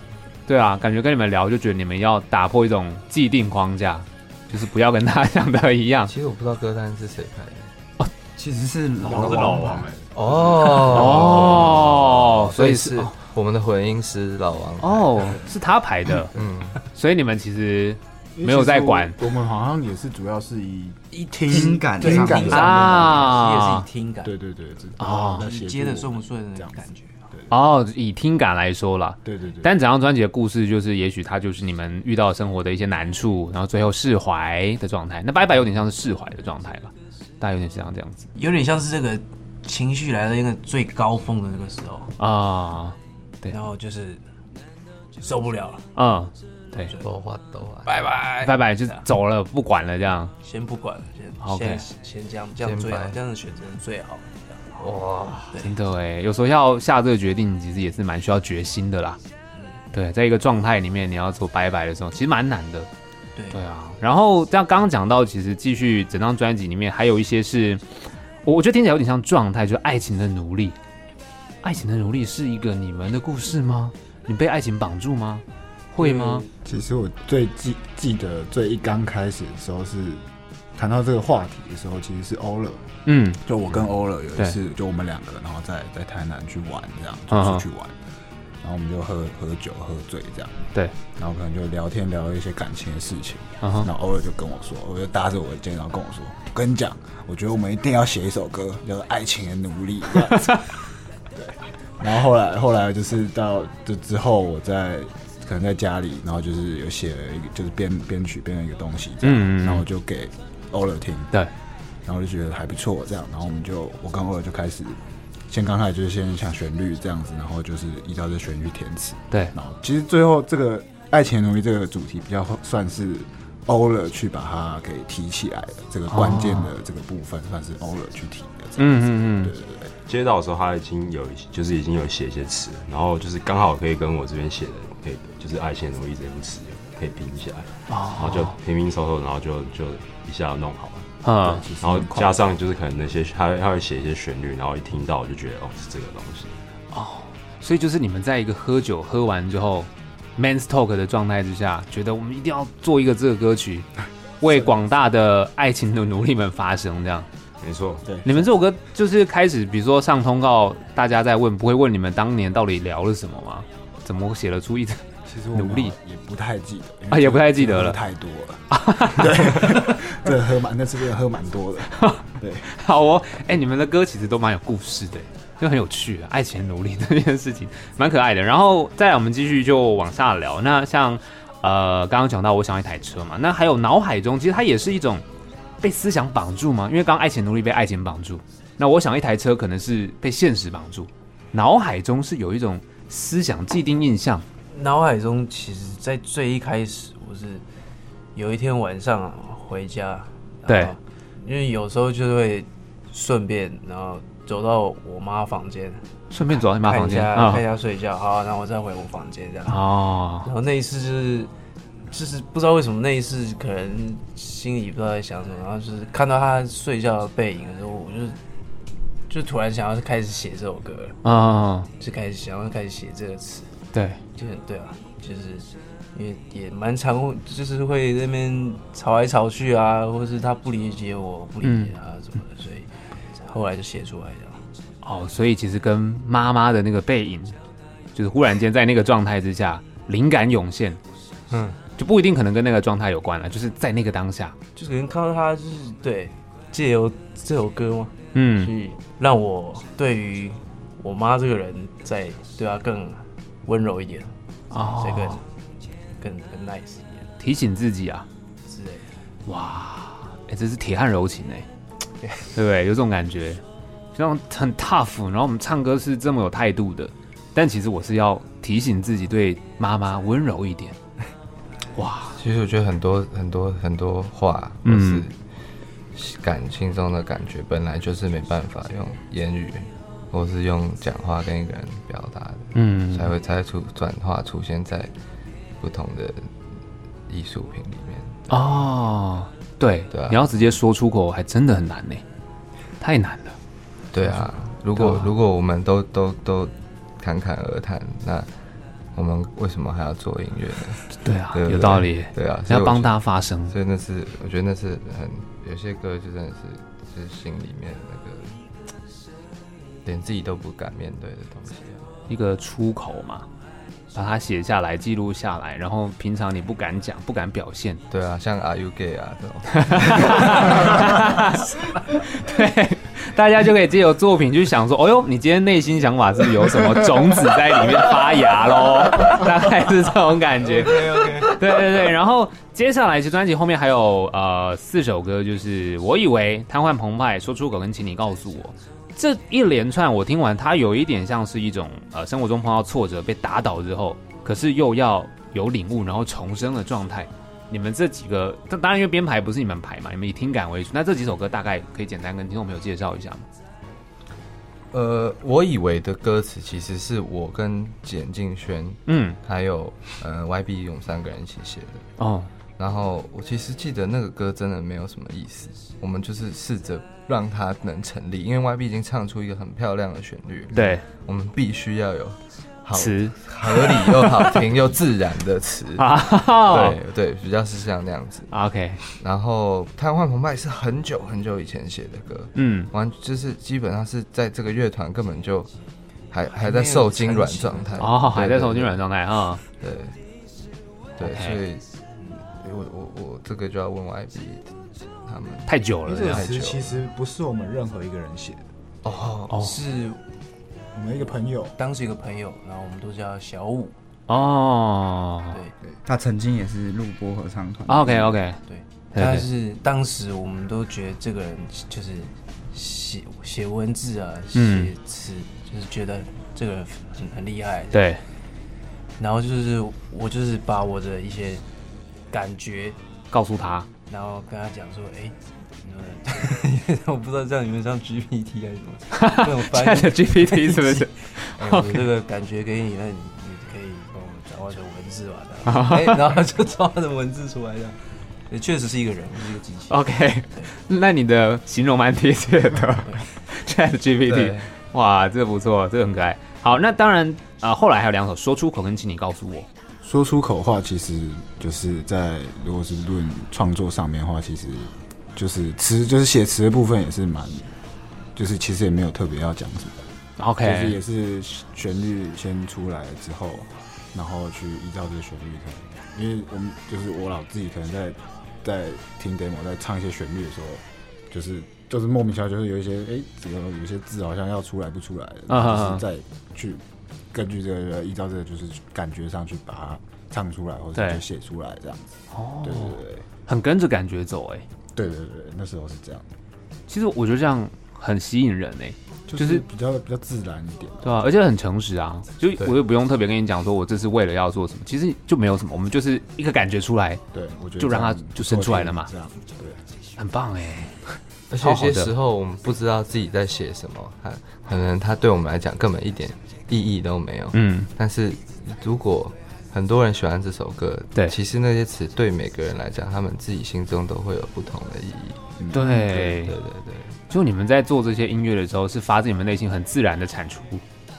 Speaker 1: 对啊，感觉跟你们聊就觉得你们要打破一种既定框架，就是不要跟大家 想的一样。
Speaker 2: 其实我不知道歌单是谁拍的
Speaker 4: 其实是
Speaker 7: 好像
Speaker 4: 老
Speaker 7: 是老王哎、
Speaker 2: 哦
Speaker 1: 哦，
Speaker 2: 所
Speaker 1: 所
Speaker 2: 以
Speaker 1: 以
Speaker 2: 是
Speaker 1: 是
Speaker 2: 我们的混音师老王拍的，
Speaker 1: 哦，是他排的，
Speaker 2: 嗯，
Speaker 1: 所以你们其实没有在管
Speaker 6: 我们好像也是主要是以
Speaker 5: 一听
Speaker 4: 听感
Speaker 5: 对
Speaker 6: 听感
Speaker 5: 上面
Speaker 1: 啊
Speaker 5: 也是以听感，
Speaker 6: 对对对这
Speaker 1: 哦
Speaker 6: 来
Speaker 5: 你
Speaker 6: 协助
Speaker 5: 接的顺不
Speaker 6: 我们
Speaker 5: 顺
Speaker 6: 这
Speaker 5: 的
Speaker 6: 样子
Speaker 5: 感觉。
Speaker 1: 哦，以听感来说啦。
Speaker 6: 对对对，
Speaker 1: 但整张专辑的故事就是，也许它就是你们遇到生活的一些难处，然后最后释怀的状态。那拜拜有点像是释怀的状态吧，大概有点像这样子
Speaker 5: 有点像是这个情绪来到一个最高峰的那个时候，
Speaker 1: 啊，对
Speaker 5: 然后就是受不了了，
Speaker 1: 嗯，对，
Speaker 2: 多花多啊，
Speaker 5: 拜拜，
Speaker 1: 拜拜就走了，不管了这样。
Speaker 5: 先不管了，先
Speaker 1: OK
Speaker 5: 先先这样，这样
Speaker 2: 先
Speaker 5: 最好
Speaker 2: 拜，
Speaker 5: 这样的选择是最好的。这样
Speaker 1: 真的哎，有时候要下这个决定，其实也是蛮需要决心的啦。对，在一个状态里面，你要做拜拜的时候，其实蛮难的。
Speaker 5: 对
Speaker 1: 对啊，然后像刚刚讲到，其实继续整张专辑里面还有一些是，我我觉得听起来有点像状态，就是爱情的奴隶。爱情的奴隶是一个你们的故事吗？你被爱情绑住吗？会吗？
Speaker 6: 其实我最记记得最一刚开始的时候是谈到这个话题的时候，其实是欧乐，
Speaker 1: 嗯，
Speaker 6: 就我跟欧乐有
Speaker 1: 对
Speaker 6: 一次，就我们两个，然后在在台南去玩，这样
Speaker 1: 嗯哼
Speaker 6: 就出去玩，然后我们就喝喝酒喝醉这样，
Speaker 1: 对，
Speaker 6: 然后可能就聊天聊一些感情的事情，
Speaker 1: 嗯
Speaker 6: 然
Speaker 1: 哼，
Speaker 6: 后欧乐就跟我说，我就搭着我的肩，然后跟我说，我跟你讲，我觉得我们一定要写一首歌，叫做《爱情的奴隶》这样子，对，然后后来后来就是到就之后我在。可能在家里，然后就是有写了一个，就是编编曲编了一个东西这
Speaker 1: 嗯
Speaker 6: 样，
Speaker 1: 嗯嗯
Speaker 6: 然后我就给欧乐听，
Speaker 1: 对，
Speaker 6: 然后就觉得还不错，这样，然后我们就我跟偶尔就开始，先刚开始就是先想旋律这样子，然后就是依照这旋律填词，
Speaker 1: 对，
Speaker 6: 然后哦其实最后这个爱情的奴隶这个主题比较算是欧乐去把它给提起来的，这个关键的这个部分算是欧乐去提的，这样子，
Speaker 1: 嗯嗯嗯，
Speaker 6: 对对对，
Speaker 7: 接到的时候他已经有一些就是已经有写一些词，然后就是刚好可以跟我这边写的可以就是《爱情的奴隶》这部词可以拼起来，然后就拼拼凑凑，然后就就一下弄好了。
Speaker 1: 嗯，
Speaker 6: 其实
Speaker 7: 然后
Speaker 6: 很快
Speaker 7: 加上就是可能那些他会他会写一些旋律，然后一听到我就觉得哦是这个东西，
Speaker 1: 所以就是你们在一个喝酒喝完之后，man's talk 的状态之下，觉得我们一定要做一个这个歌曲，为广大的爱情的奴隶们发声。这样，
Speaker 7: 没错，
Speaker 1: 你们这首歌就是开始，比如说上通告，大家在问，不会问你们当年到底聊了什么吗？怎么写了出一
Speaker 6: 其实我们
Speaker 1: 奴隶
Speaker 6: 也不太记得因为
Speaker 1: 啊也不太记得了
Speaker 6: 真的太多了， 对，这喝蛮那次真的喝蛮多 的，对，
Speaker 1: 好哦，哎、你们的歌其实都蛮有故事的，就很有趣啊，爱情奴隶这件事情蛮可爱的。然后再来，我们继续就往下聊。那像呃，刚刚讲到我想要一台车嘛，那还有脑海中其实它也是一种被思想绑住嘛，因为刚刚爱情奴隶被爱情绑住，那我想一台车可能是被现实绑住，脑海中是有一种思想既定印象
Speaker 5: 脑海中其实，在最一开始，我是有一天晚上、啊、回家，然后，因为有时候就会顺便，然后走到我妈房间，
Speaker 1: 顺便走到你妈
Speaker 5: 看
Speaker 1: 房
Speaker 5: 一
Speaker 1: 间
Speaker 5: 下，
Speaker 1: 啊
Speaker 5: 看一、下睡觉，好，然后我再回我房间这样。
Speaker 1: 哦，
Speaker 5: 然后那一次就是，就是不知道为什么那一次可能心里不知道在想什么，然后就是看到她睡觉的背影的时候，我就就突然想要开始写这首歌了，
Speaker 1: 嗯、哦，
Speaker 5: 就开始想要开始写这个词。
Speaker 1: 对，
Speaker 5: 就很对啊，就是因为也蛮常会，就是会那边吵来吵去啊，或是他不理解我，我不理解他
Speaker 1: 嗯
Speaker 5: 什么的，所以后来就写出来这样。
Speaker 1: 哦，所以其实跟妈妈的那个背影，就是忽然间在那个状态之下，灵感涌现，嗯，就不一定可能跟那个状态有关了，就是在那个当下，
Speaker 5: 就是可能看到他，就是对借由这首歌嘛，
Speaker 1: 嗯，
Speaker 5: 去让我对于我妈这个人再对她更温柔一点，再更
Speaker 1: 哦，
Speaker 5: 更更 nice 一点
Speaker 1: 提醒自己啊，
Speaker 5: 之类的。
Speaker 1: 哎、这是铁汉柔情哎、对不对？有这种感觉，这种很 tough，然后我们唱歌是这么有态度的，但其实我是要提醒自己对妈妈温柔一点，
Speaker 2: 其实我觉得很多很多很多话，或
Speaker 1: 嗯
Speaker 2: 是感情中的感觉，本来就是没办法用言语我是用讲话跟一个人表达的，
Speaker 1: 嗯
Speaker 2: 才会才会出转化出现在不同的艺术品里面。
Speaker 1: 哦，对，
Speaker 2: 对啊
Speaker 1: 你要直接说出口还真的很难呢，太难了。
Speaker 2: 对啊，如果、如果我们都都都侃侃而谈，那我们为什么还要做音乐呢？
Speaker 1: 对啊，
Speaker 2: 对不对
Speaker 1: 有道理。
Speaker 2: 对啊，所以
Speaker 1: 要
Speaker 2: 我
Speaker 1: 帮
Speaker 2: 觉得
Speaker 1: 大家发声。
Speaker 2: 所以那是我觉得那是很有些歌就真的是就是心里面那个连自己都不敢面对的东西啊。
Speaker 1: 一个出口嘛，把它写下来、记录下来，然后平常你不敢讲、不敢表现，
Speaker 2: 对啊，像 Are You Gay 啊这种，
Speaker 1: 对，大家就可以借由作品去想说，哦呦，你今天内心想法是不是有什么种子在里面发芽喽？大概是这种感觉。对对对，然后接下来其实专辑后面还有呃四首歌，就是我以为瘫痪澎湃、说出口跟请你告诉我。这一连串我听完，它有一点像是一种呃生活中碰到挫折被打倒之后，可是又要有领悟然后重生的状态。你们这几个，但当然因为编排不是你们排嘛，你们以听感为主。那这几首歌大概可以简单跟听众朋友介绍一下吗？
Speaker 2: 呃，我以为的歌词其实是我跟简静轩，
Speaker 1: 嗯，
Speaker 2: 还有呃 YB 我们三个人一起写的。
Speaker 1: 哦，
Speaker 2: 然后我其实记得那个歌真的没有什么意思，我们就是试着让它能成立，因为 YB 已经唱出一个很漂亮的旋律，
Speaker 1: 对，
Speaker 2: 我们必须要有好
Speaker 1: 词
Speaker 2: 合理又好听又自然的词。
Speaker 1: 啊
Speaker 2: 对对，比较是像那样子。
Speaker 1: ，OK，
Speaker 2: 然后《瘫痪澎湃》是很久很久以前写的歌，
Speaker 1: 嗯
Speaker 2: 完就是基本上是在这个乐团根本就还还在受精卵状态，
Speaker 1: 哦，还在
Speaker 2: 对
Speaker 1: 受精卵，状态哦哈，
Speaker 2: 对对
Speaker 1: OK
Speaker 2: 所以嗯我我我这个就要问 YB 他们
Speaker 1: 太久
Speaker 6: 因
Speaker 1: 了
Speaker 6: 为这
Speaker 1: 这
Speaker 6: 个
Speaker 1: 样。
Speaker 6: 词其实不是我们任何一个人写的，
Speaker 2: 哦，
Speaker 1: 哦
Speaker 5: 是
Speaker 6: 我们一个朋友
Speaker 5: 当时一个朋友，然后我们都叫小五，
Speaker 1: 哦
Speaker 5: 对
Speaker 4: 他曾经也是录播合唱团
Speaker 1: ，OK OK，
Speaker 5: 对，
Speaker 1: 对
Speaker 5: 但是当时我们都觉得这个人就是写写文字啊，
Speaker 1: 嗯
Speaker 5: 写词，就是觉得这个人很很厉害，
Speaker 1: 对，
Speaker 5: 然后就是我就是把我的一些感觉，
Speaker 1: 告诉他，
Speaker 5: 然后跟他讲说，哎、你们 我不知道这样你们像 GPT 还是什么， 那种翻译
Speaker 1: GPT 是不 是？
Speaker 5: 哎 我这个感觉给你，那你你可以帮我转化成文字吧，这 样哎然后就转化成文字出来这样。也确实是一个人，不是一个机器。
Speaker 1: OK，那 你的形容蛮贴切 的，Chat GPT，
Speaker 2: 对
Speaker 1: 哇，这不错，这个很可爱。好，那当然啊、呃后来还有两首《说出口》跟《请你告诉我》。
Speaker 6: 说出口的话，其实就是在如果是论创作上面的话，其实就是词，就是写词的部分也是蛮，就是其实也没有特别要讲什么，就是
Speaker 1: OK，
Speaker 6: 也是旋律先出来之后，然后去依照这个旋律可能，因为我们就是我老自己可能在在听 demo 在唱一些旋律的时候，就是就是莫名其妙就是有一些哎，怎么有一些字好像要出来不出来的，
Speaker 1: 啊啊啊
Speaker 6: 就是再去根据这个依照这个就是感觉上去把它唱出来或者
Speaker 1: 对哦
Speaker 6: 就写出来这样子，对对
Speaker 1: 很跟着感觉走、哎，
Speaker 6: 对对对对，那时候是这样，
Speaker 1: 其实我觉得这样很吸引人哎、
Speaker 6: 就
Speaker 1: 就是
Speaker 6: 是比较比较自然一点，
Speaker 1: 对吧、而且很诚实啊，就
Speaker 6: 对
Speaker 1: 我又不用特别跟你讲说我这是为了要做什么，其实就没有什么，我们就是一个感觉出来，
Speaker 6: 对我觉得
Speaker 1: 就让它
Speaker 6: 这样
Speaker 1: 就生出来了嘛
Speaker 6: 这样对。
Speaker 1: 很棒哎、
Speaker 2: 而且
Speaker 1: 超
Speaker 2: 有些
Speaker 1: 好的
Speaker 2: 时候我们不知道自己在写什么，他可能他对我们来讲根本一点意义都没有，
Speaker 1: 嗯，
Speaker 2: 但是如果很多人喜欢这首歌，
Speaker 1: 对
Speaker 2: 其实那些词对每个人来讲，他们自己心中都会有不同的意义。
Speaker 1: 对哎
Speaker 2: 对，对对，
Speaker 1: 就你们在做这些音乐的时候，是发自你们内心很自然的产出，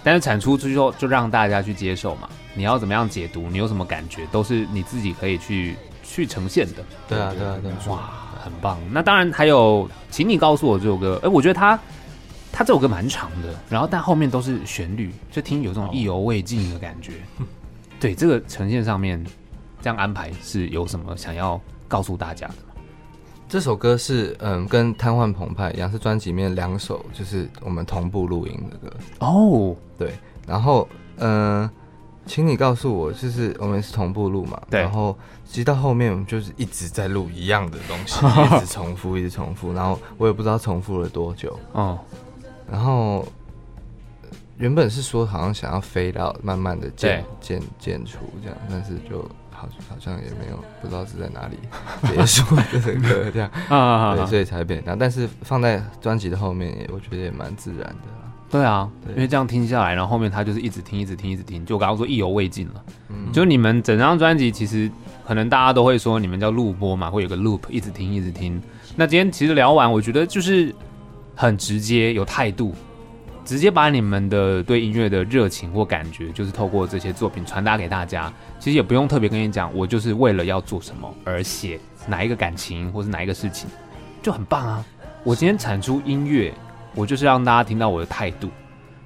Speaker 1: 但是产出之后就让大家去接受嘛，你要怎么样解读，你有什么感觉，都是你自己可以去去呈现的。
Speaker 2: 对啊对啊对啊。
Speaker 1: 哇，很棒！那当然还有，请你告诉我这首歌。哎、我觉得它它这首歌蛮长的，然后但后面都是旋律，就听有种意犹未尽的 感觉。对，这个呈现上面这样安排是有什么想要告诉大家的吗？
Speaker 2: 这首歌是嗯，跟《瘫痪澎湃》一样，是专辑里面两首就是我们同步录音的歌。
Speaker 1: 哦，
Speaker 2: 对，然后嗯、呃请你告诉我，就是我们是同步录嘛？
Speaker 1: 对
Speaker 2: 然后其实到后面我们就是一直在录一样的东西， 一直重复，一直重复。然后我也不知道重复了多久。
Speaker 1: 哦，
Speaker 2: 然后呃原本是说好像想要飞到慢慢的渐渐渐出这样，但是就好好像也没有不知道是在 哪里结束这首歌这样，
Speaker 1: 啊，
Speaker 2: 对，所以才变这样。但是放在专辑的后面也，我觉得也蛮自然的啦。
Speaker 1: 对啊，因为这样听下来，然后后面他就是一直听，一直听，一直听，就我刚刚说意犹未尽了。嗯，就你们整张专辑，其实可能大家都会说你们叫录播嘛，会有个 loop，一直听，一直听。那今天其实聊完，我觉得就是很直接，有态度，直接把你们的对音乐的热情或感觉，就是透过这些作品传达给大家。其实也不用特别跟你讲，我就是为了要做什么而写哪一个感情或是哪一个事情，就很棒啊！我今天产出音乐。我就是让大家听到我的态度，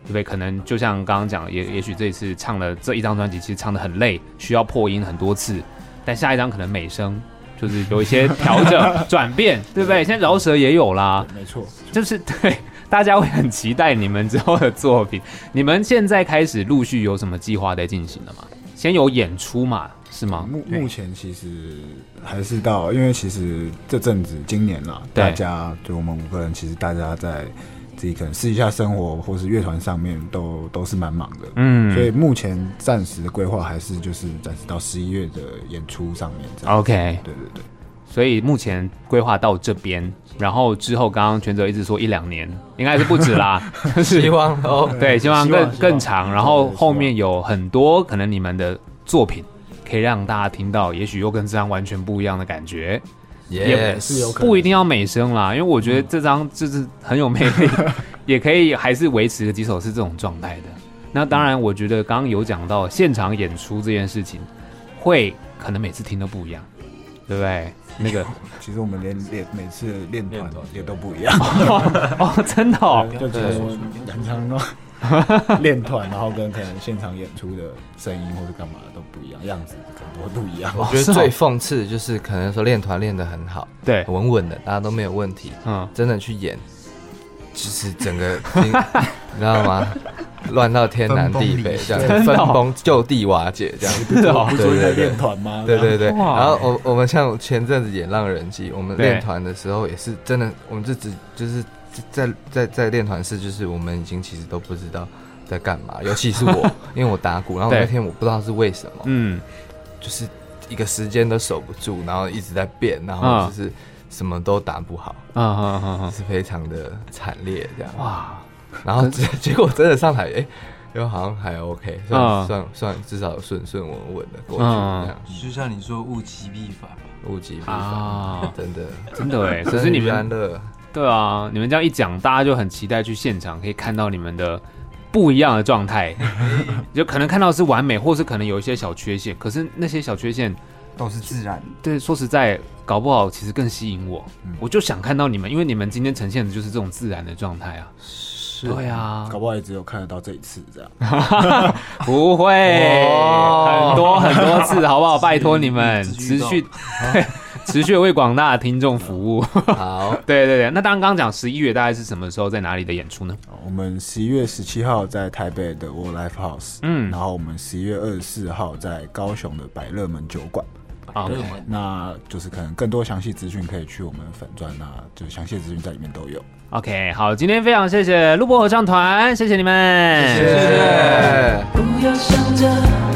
Speaker 1: 对不对？可能就像刚刚讲，也也许这一次唱了这一张专辑，其实唱的很累，需要破音很多次，但下一张可能美声就是有一些调整 转变，对不对？现在饶舌也有啦，
Speaker 6: 没错，
Speaker 1: 就是 对大家会很期待你们之后的作品。你们现在开始陆续有什么计划在进行了吗？先有演出嘛，是吗？
Speaker 6: 目目前其实还是到，因为其实这阵子今年啦，大家就我们五个人，其实大家在。自己可能试一下生活，或是乐团上面都都是蛮忙的，嗯，所以目前暂时的规划还是就是暂时到十一月的演出上面這樣。
Speaker 1: OK，
Speaker 6: 对对对，
Speaker 1: 所以目前规划到这边，然后之后刚刚全哲一直说一两年，应该是不止 啦，
Speaker 5: 希望哦，
Speaker 1: 对，希望更更长，然后后面有很多可能你们的作品可以让大家听到，也许又跟这张完全不一样的感觉。
Speaker 2: 也是有
Speaker 1: 不一定要美声啦，因为我觉得这张就是很有魅 力，也可以还是维持几首是这种状态的。那当然，我觉得刚刚有讲到现场演出这件事情，会可能每次听都不一样，对不对？那个
Speaker 6: 其实我们连练每次练团也都不一样
Speaker 1: 哦，哦，真的、哦，
Speaker 6: 就很常弄练团，然后跟可能现场演出的声音或者干嘛都不一样，样子可能都会不一样。
Speaker 2: 我觉得最讽刺就是可能说练团练得很好，
Speaker 1: 对，
Speaker 2: 稳稳的，大家都没有问题，嗯，真的去演，就是整个你知道吗？乱到天南地北这样，分崩就地瓦解这样。
Speaker 6: 是哦，不是在练团吗？
Speaker 2: 对对对。然后我我们像前阵子演《浪人记》，我们练团的时候也是真的，我们就只就是在在在练团是就是我们已经其实都不知道在干嘛，尤其是我，因为我打鼓，然后那天我不知道是为什么，嗯，就是一个时间都守不住，然后一直在变，然
Speaker 1: 啊
Speaker 2: 后就是什么都打不好，啊
Speaker 1: 嗯
Speaker 2: 啊啊，是非常的惨烈这
Speaker 1: 啊
Speaker 2: 样。哇。然后结 结果真的上台，哎、欸，又好像还 OK，算、
Speaker 1: 啊
Speaker 2: 嗯、算算，至少顺顺稳稳的过去这样。
Speaker 5: 就像你说物极必反，
Speaker 2: 物极必反啊，真的
Speaker 1: 真的哎，可是你们
Speaker 2: 乐，
Speaker 1: 对啊，你们这样一讲，大家就很期待去现场可以看到你们的不一样的状态， 就可能看到是完美，或是可能有一些小缺陷，可是那些小缺陷。
Speaker 4: 都是自然。
Speaker 1: 对，说实在，搞不好其实更吸引我。嗯、我就想看到你们，因为你们今天呈现的就是这种自然的状态啊。
Speaker 6: 是，
Speaker 1: 对啊，
Speaker 6: 搞不好也只有看得到这一次这样。
Speaker 1: 不会，很多很多次，好不好？拜托你们持 续，对，持续为广大的听众服务。
Speaker 2: 好，
Speaker 1: 对对对。那当然，刚刚讲十一月大概是什么时候，在哪里的演出呢？
Speaker 6: 我们十一月十七号在台北的 World Life House，嗯，然后我们十一月二十四号在高雄的百乐门酒馆。
Speaker 1: 啊，
Speaker 6: 那就是可能更多详细资讯可以去我们粉钻啊，就是详细资讯在里面都有。
Speaker 1: OK，好，今天非常谢谢录播合唱团，谢谢你们，
Speaker 2: 谢谢。不要想着